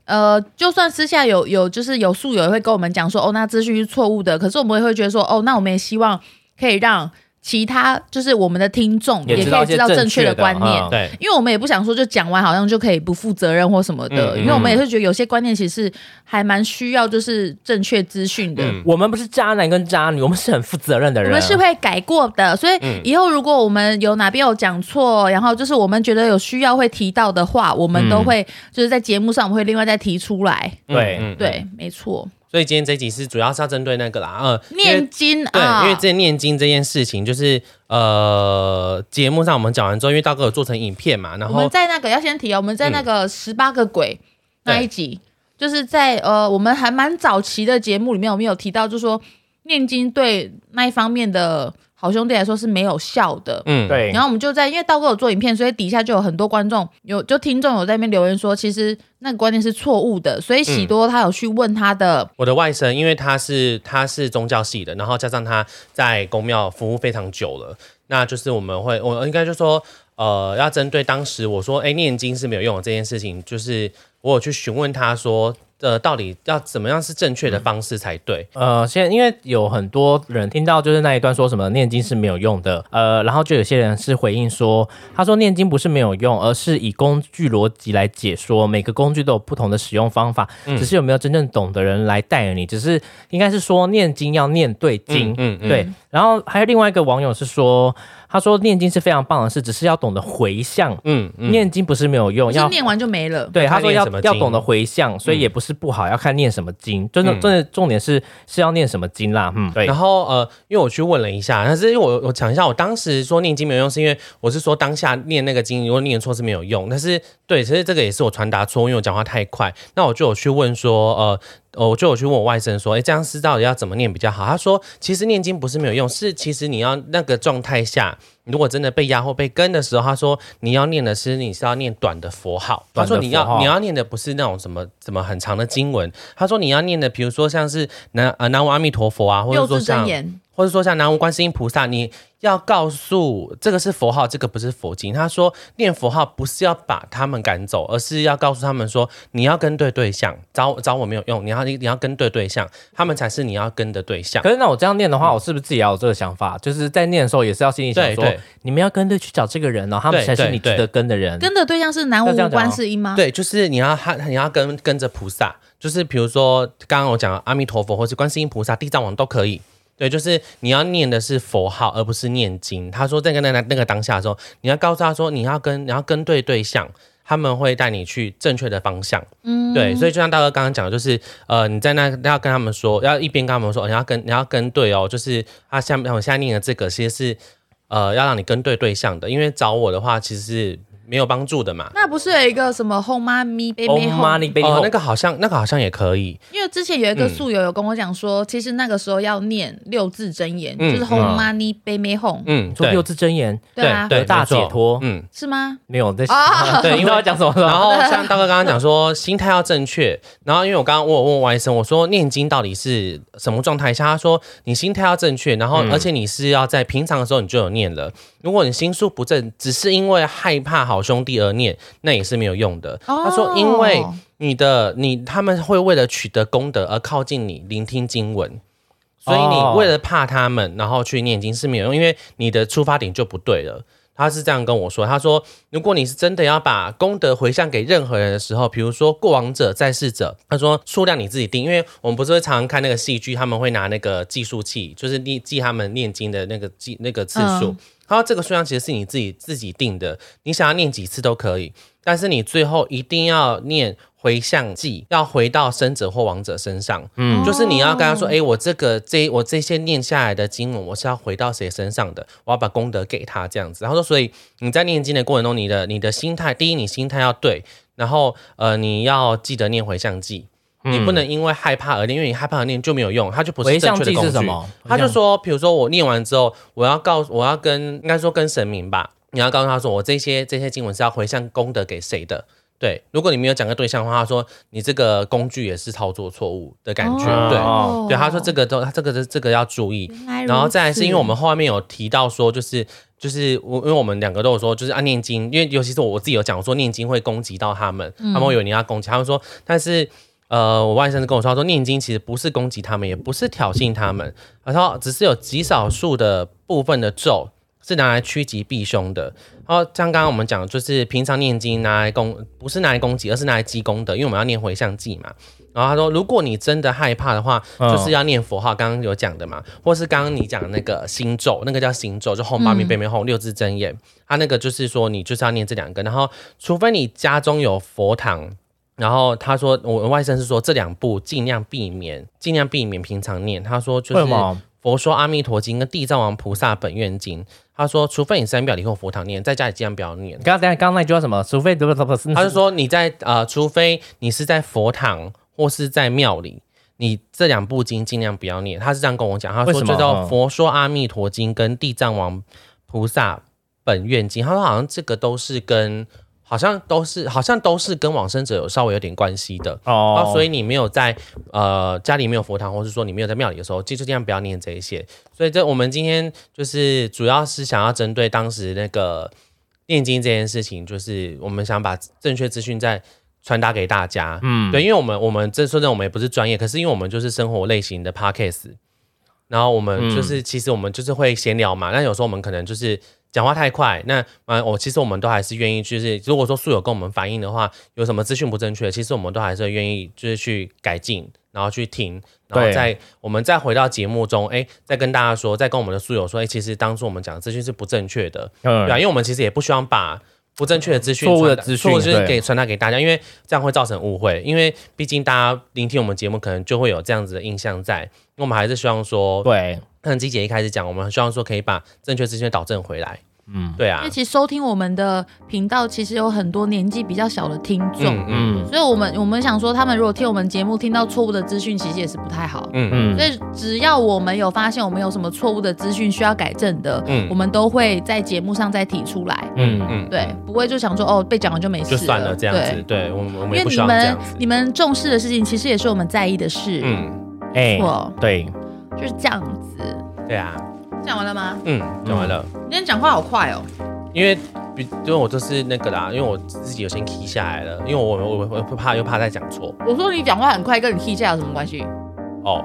[SPEAKER 1] 呃，就算私下有有就是有宿友也会跟我们讲说，哦，那资讯是错误的。可是我们也会觉得说，哦，那我们也希望可以让其他就是我们的听众
[SPEAKER 2] 也
[SPEAKER 1] 也
[SPEAKER 2] 知
[SPEAKER 1] 可
[SPEAKER 2] 道
[SPEAKER 1] 以
[SPEAKER 2] 一些
[SPEAKER 1] 知道正确的
[SPEAKER 2] 正确的
[SPEAKER 1] 观念
[SPEAKER 2] 嗯，
[SPEAKER 3] 对，
[SPEAKER 1] 因为我们也不想说就讲完好像就可以不负责任或什么的，
[SPEAKER 3] 嗯嗯
[SPEAKER 1] 因为我们也是觉得有些观念其实还蛮需要就是正确资讯
[SPEAKER 4] 嗯
[SPEAKER 1] 的。
[SPEAKER 2] 我们不是渣男跟渣女，我们是很负责任的
[SPEAKER 1] 我
[SPEAKER 4] 啊
[SPEAKER 2] 人，
[SPEAKER 1] 们是会改过的，所以以后如果我们有哪边有讲错，然后就是我们觉得有需要会提到的话，我们
[SPEAKER 4] 嗯
[SPEAKER 1] 都会、就是在节目上我们会另外再提出来。
[SPEAKER 2] 对
[SPEAKER 3] 嗯，嗯
[SPEAKER 1] 对，没错，
[SPEAKER 4] 所以今天这集是主要是要针对那个啦，呃，因为
[SPEAKER 1] 念经
[SPEAKER 4] 对，
[SPEAKER 1] 啊，
[SPEAKER 4] 因为这念经这件事情，就是呃，节目上我们讲完之后，因为道哥有做成影片嘛，然
[SPEAKER 1] 我
[SPEAKER 4] 后
[SPEAKER 1] 们在那个要先提哦，我们在那个十八个鬼那一集，就是在呃我们还蛮早期的节目里面，我们有提到，就说念经对那一方面的。好兄弟来说是没有效的。
[SPEAKER 4] 嗯，
[SPEAKER 2] 对
[SPEAKER 1] 然，后我们就在，因为道哥有做影片，所以底下就有很多观众有就听众有在那边留言说，其实那个观念是错误的。所以喜多他有去问他的，
[SPEAKER 4] 我的外甥，因为他是他是宗教系的，然后加上他在公庙服务非常久了，那就是我们会，我应该就说，呃，要针对当时我说，哎，念经是没有用的这件事情，就是我有去询问他说，呃，到底要怎么样是正确的方式才对？
[SPEAKER 2] 呃，现在因为有很多人听到就是那一段说什么念经是没有用的，呃，然后就有些人是回应说，他说念经不是没有用，而是以工具逻辑来解说，每个工具都有不同的使用方法，
[SPEAKER 4] 嗯
[SPEAKER 2] 只是有没有真正懂的人来带你，只是应该是说念经要念对经，
[SPEAKER 4] 嗯
[SPEAKER 2] 对。然后还有另外一个网友是说，他说念经是非常棒的事，只是要懂得回向，
[SPEAKER 4] 嗯嗯，
[SPEAKER 2] 念经不是没有用，
[SPEAKER 1] 就是
[SPEAKER 2] 要
[SPEAKER 1] 念完就没了。
[SPEAKER 2] 对，他
[SPEAKER 4] 看
[SPEAKER 2] 说
[SPEAKER 4] 念
[SPEAKER 2] 要
[SPEAKER 4] 什么
[SPEAKER 2] 要
[SPEAKER 4] 经
[SPEAKER 2] 懂得回向，所以也不是不好，要看念什么经。真的，真的重点是是要念什么经啦。嗯，对
[SPEAKER 4] 然。后呃，因为我去问了一下，但是因为我我讲一下，我当时说念经没有用，是因为我是说当下念那个经，如果念错是没有用。但是对，其实这个也是我传达错，因为我讲话太快。那我就有去问说，呃，呃我就有去问我外甥说，哎，这样是到底要怎么念比较好？他说，其实念经不是没有用，是其实你要那个状态下。如果真的被压或被跟的时候，他说你要念的是你是要念短的佛号，他
[SPEAKER 2] 短的
[SPEAKER 4] 说你要
[SPEAKER 2] 佛号
[SPEAKER 4] 你要念的不是那种什么什么很长的经文，他说你要念的，比如说像是南呃南无阿弥陀佛啊，或
[SPEAKER 1] 六
[SPEAKER 4] 者说
[SPEAKER 1] 字
[SPEAKER 4] 像
[SPEAKER 1] 真言，
[SPEAKER 4] 或者说像南无观世音菩萨，你要告诉这个是佛号，这个不是佛经。他说念佛号不是要把他们赶走，而是要告诉他们说你要跟对对象，找找我没有用，你要你要跟对对象，他们才是你要跟的对象
[SPEAKER 2] 可。是那我这样念的话，我是不是自己也要有这个想法？就是在念的时候，也是要心里想
[SPEAKER 4] 对
[SPEAKER 2] 说
[SPEAKER 4] 对，
[SPEAKER 2] 你们要跟对去找这个人哦，他们
[SPEAKER 4] 对
[SPEAKER 2] 才是
[SPEAKER 4] 对
[SPEAKER 2] 你值
[SPEAKER 4] 对
[SPEAKER 2] 得跟的人。
[SPEAKER 1] 跟的对象是南
[SPEAKER 2] 要
[SPEAKER 1] 无
[SPEAKER 2] 这样讲哦
[SPEAKER 1] 观世音吗？
[SPEAKER 4] 对，就是你要和你要跟跟着菩萨，就是比如说刚刚我讲的阿弥陀佛或是观世音菩萨、地藏王都可以。对，就是你要念的是佛号，而不是念经。他说在那个那那个当下的时候，你要告诉他说你要跟你要跟对对象，他们会带你去正确的方向。嗯，对，所以就像大哥刚刚讲的，就是呃你在那要跟他们说，要一边跟他们说、哦你要跟你要跟对哦，就是他下面我现在念的这个其实是呃要让你跟对对象的，因为找我的话其实是没有帮助的嘛。
[SPEAKER 1] 那不是有一个什么 home mommy
[SPEAKER 2] Oh
[SPEAKER 1] baby home？
[SPEAKER 2] money baby，
[SPEAKER 4] 哦，那
[SPEAKER 2] home
[SPEAKER 4] 个好像那个好像也可以，
[SPEAKER 1] 因为之前有一个
[SPEAKER 4] 嗯
[SPEAKER 1] 宿友有跟我讲说，其实那个时候要念六字真言，
[SPEAKER 4] 嗯
[SPEAKER 1] 就是 home
[SPEAKER 2] 嗯
[SPEAKER 1] money baby home，
[SPEAKER 4] 嗯，
[SPEAKER 2] 说
[SPEAKER 4] 对
[SPEAKER 2] 六字真言
[SPEAKER 1] 对啊，
[SPEAKER 4] 对，
[SPEAKER 2] 得大
[SPEAKER 4] 没错
[SPEAKER 2] 解脱
[SPEAKER 4] 嗯。
[SPEAKER 1] 是吗？
[SPEAKER 2] 没有在
[SPEAKER 1] 啊
[SPEAKER 2] 对，因为要讲什么？
[SPEAKER 4] 然后像大哥刚刚讲说， 心态要正确。然后因为我刚刚我有问外甥，我说念经到底是什么状态下？他说你心态要正确，然后而且你是要在平常的时候你就有念了。如果你心术不正，只是因为害怕好兄弟而念，那也是没有用的。他说因为
[SPEAKER 1] 哦
[SPEAKER 4] 你的你他们会为了取得功德而靠近你，聆听经文。所以
[SPEAKER 2] 哦
[SPEAKER 4] 你为了怕他们，然后去念经是没有用，因为你的出发点就不对了。他是这样跟我说，他说，如果你是真的要把功德回向给任何人的时候，比如说过往者、在世者，他说数量你自己定，因为我们不是会常常看那个戏剧，他们会拿那个计数器，就是念记他们念经的那个记那个次数。
[SPEAKER 1] 嗯
[SPEAKER 4] 他说这个数量其实是你自己自己定的，你想要念几次都可以，但是你最后一定要念回向记，要回到生者或亡者身上。
[SPEAKER 2] 嗯
[SPEAKER 1] 哦
[SPEAKER 4] 就是你要跟他说，哎、我这个这我这些念下来的经文，我是要回到谁身上的？我要把功德给他这样子。然后说，所以你在念经的过程中，你的你的心态，第一，你心态要对，然后呃，你要记得念回向记。你
[SPEAKER 2] 嗯
[SPEAKER 4] 不能因为害怕而念，因为你害怕而念就没有用，它就不是
[SPEAKER 2] 回
[SPEAKER 4] 正
[SPEAKER 2] 向
[SPEAKER 4] 确的
[SPEAKER 2] 记
[SPEAKER 4] 工具。
[SPEAKER 2] 是什么？
[SPEAKER 4] 他就说，比如说我念完之后，我要告我要跟应该说跟神明吧，你要告诉他说，我这些这些经文是要回向功德给谁的。对，如果你没有讲个对象的话，他说你这个工具也是操作错误的感觉。
[SPEAKER 2] 哦
[SPEAKER 4] 对，
[SPEAKER 1] 哦
[SPEAKER 4] 对，他说这个都，他这个这这个要注意。
[SPEAKER 1] 原来如此
[SPEAKER 4] 然后再来是因为我们后面有提到说，就是就是我因为我们两个都有说，就是按、啊念经，因为尤其是我我自己有讲，我说念经会攻击到他们，
[SPEAKER 1] 嗯
[SPEAKER 4] 他们会以为你要攻击，他们说，但是呃，我外甥就跟我说，他说念经其实不是攻击他们，也不是挑衅他们，然后只是有极少数的部分的咒。是拿来趋吉避凶的。然后像刚刚我们讲，就是平常念经拿来攻，不是拿来攻击，而是拿来积功德，因为我们要念回向记嘛。然后他说，如果你真的害怕的话，
[SPEAKER 2] 嗯
[SPEAKER 4] 就是要念佛号，刚刚有讲的嘛，或是刚刚你讲的那个心咒，那个叫心咒，就红八米、北面
[SPEAKER 2] 嗯
[SPEAKER 4] 红六字真言，他那个就是说你就是要念这两个，然后除非你家中有佛堂。然后他说，我外甥是说这两部尽量避免，尽量避免平常念。他说就
[SPEAKER 2] 为
[SPEAKER 4] 是
[SPEAKER 2] 什么？
[SPEAKER 4] 佛说《阿弥陀经》跟《地藏王菩萨本愿经》，他说，除非你三表离后佛堂念，在家里尽量不要念
[SPEAKER 2] 你。刚刚等一下刚刚那句话什么？除非不不不，
[SPEAKER 4] 他就说你在呃，除非你是在佛堂或是在庙里，你这两部经尽量不要念。他是这样跟我讲，他
[SPEAKER 2] 为
[SPEAKER 4] 说
[SPEAKER 2] 什
[SPEAKER 4] 这
[SPEAKER 2] 么
[SPEAKER 4] 叫
[SPEAKER 2] 嗯
[SPEAKER 4] 《佛说阿弥陀经》跟《地藏王菩萨本愿经》，他说好像这个都是跟好像都是好像都是跟往生者有稍微有点关系的。
[SPEAKER 2] 哦
[SPEAKER 4] 哦，所以你没有在呃家里没有佛堂，或是说你没有在庙里的时候，记住尽量不要念这一些。所以这我们今天就是主要是想要针对当时那个念经这件事情，就是我们想把正确资讯再传达给大家。嗯，对，因为我们我们这说真的，我们也不是专业，可是因为我们就是生活类型的 podcast，然后我们就是、其实我们就是会闲聊嘛，那有时候我们可能就是。讲话太快，那呃，我、其实我们都还是愿意，就是如果说素友跟我们反映的话，有什么资讯不正确，其实我们都还是愿意就是去改进，然后去听，然后
[SPEAKER 2] 对
[SPEAKER 4] 再我们再回到节目中，哎，再跟大家说，再跟我们的素友说，哎，其实当初我们讲的资讯是不正确的，对、啊，
[SPEAKER 2] 嗯，
[SPEAKER 4] 因为我们其实也不希望把不正确的资讯
[SPEAKER 2] 错误的
[SPEAKER 4] 传达
[SPEAKER 2] 资讯
[SPEAKER 4] 错误就是
[SPEAKER 2] 对
[SPEAKER 4] 给传达给大家，因为这样会造成误会，因为毕竟大家聆听我们节目，可能就会有这样子的印象在，那我们还是希望说，
[SPEAKER 2] 对，
[SPEAKER 4] 像季姐一开始讲，我们希望说可以把正确资讯导正回来，嗯，对
[SPEAKER 1] 因
[SPEAKER 4] 啊
[SPEAKER 1] 为，其实收听我们的频道，其实有很多年纪比较小的听众，
[SPEAKER 4] 嗯嗯
[SPEAKER 2] 嗯
[SPEAKER 1] 所以我们我们想说，他们如果听我们节目听到错误的资讯，其实也是不太好。
[SPEAKER 4] 嗯
[SPEAKER 2] 嗯
[SPEAKER 4] 嗯，
[SPEAKER 1] 所，以只要我们有发现我们有什么错误的资讯需要改正的，
[SPEAKER 4] 嗯
[SPEAKER 1] 我们都会在节目上再提出来。
[SPEAKER 2] 嗯嗯，
[SPEAKER 4] 嗯
[SPEAKER 1] 对，不会就想说哦被讲了就没事
[SPEAKER 4] 就算了这样子，
[SPEAKER 1] 对
[SPEAKER 4] 对我们我们
[SPEAKER 1] 因
[SPEAKER 4] 也
[SPEAKER 1] 为
[SPEAKER 4] 不
[SPEAKER 1] 你
[SPEAKER 4] 希望这
[SPEAKER 1] 们
[SPEAKER 4] 样子，
[SPEAKER 1] 你们重视的事情，其实也是我们在意的事，
[SPEAKER 4] 嗯，
[SPEAKER 2] 哎，
[SPEAKER 1] 错
[SPEAKER 2] 对，
[SPEAKER 1] 就是这样子。
[SPEAKER 4] 对啊，
[SPEAKER 1] 讲完了吗？
[SPEAKER 4] 嗯，讲完了。
[SPEAKER 1] 你今天讲话好快哦。
[SPEAKER 4] 因为比因为我就是那个啦，因为我自己有先 key 下来了，因为我我我我会怕又怕再讲错
[SPEAKER 1] 我说你讲话很快，跟你 T 架有什么关系？
[SPEAKER 4] 哦，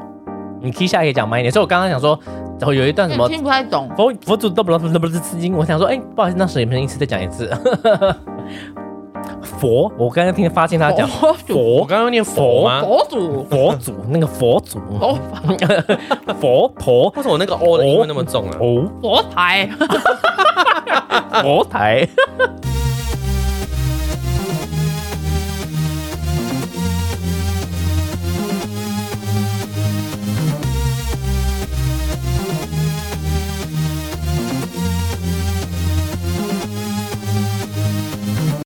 [SPEAKER 2] 你 K 下也讲慢一点。所以我刚刚想说，然后有一段什
[SPEAKER 1] 你
[SPEAKER 2] 么
[SPEAKER 1] 嗯听不太懂。
[SPEAKER 2] 佛佛祖都不不不是吃惊，我想说，哎、不好意思，那水平一次再讲一次。 佛，我刚刚听发现他讲
[SPEAKER 1] 佛
[SPEAKER 4] 我
[SPEAKER 2] 佛
[SPEAKER 4] 刚刚念佛吗？
[SPEAKER 1] 佛祖，
[SPEAKER 2] 佛祖那个佛祖
[SPEAKER 1] 佛
[SPEAKER 2] 佛哦婆
[SPEAKER 4] 为什么我那个 O 的音会那么重啊？
[SPEAKER 2] 哦
[SPEAKER 1] 佛台。
[SPEAKER 2] 佛台。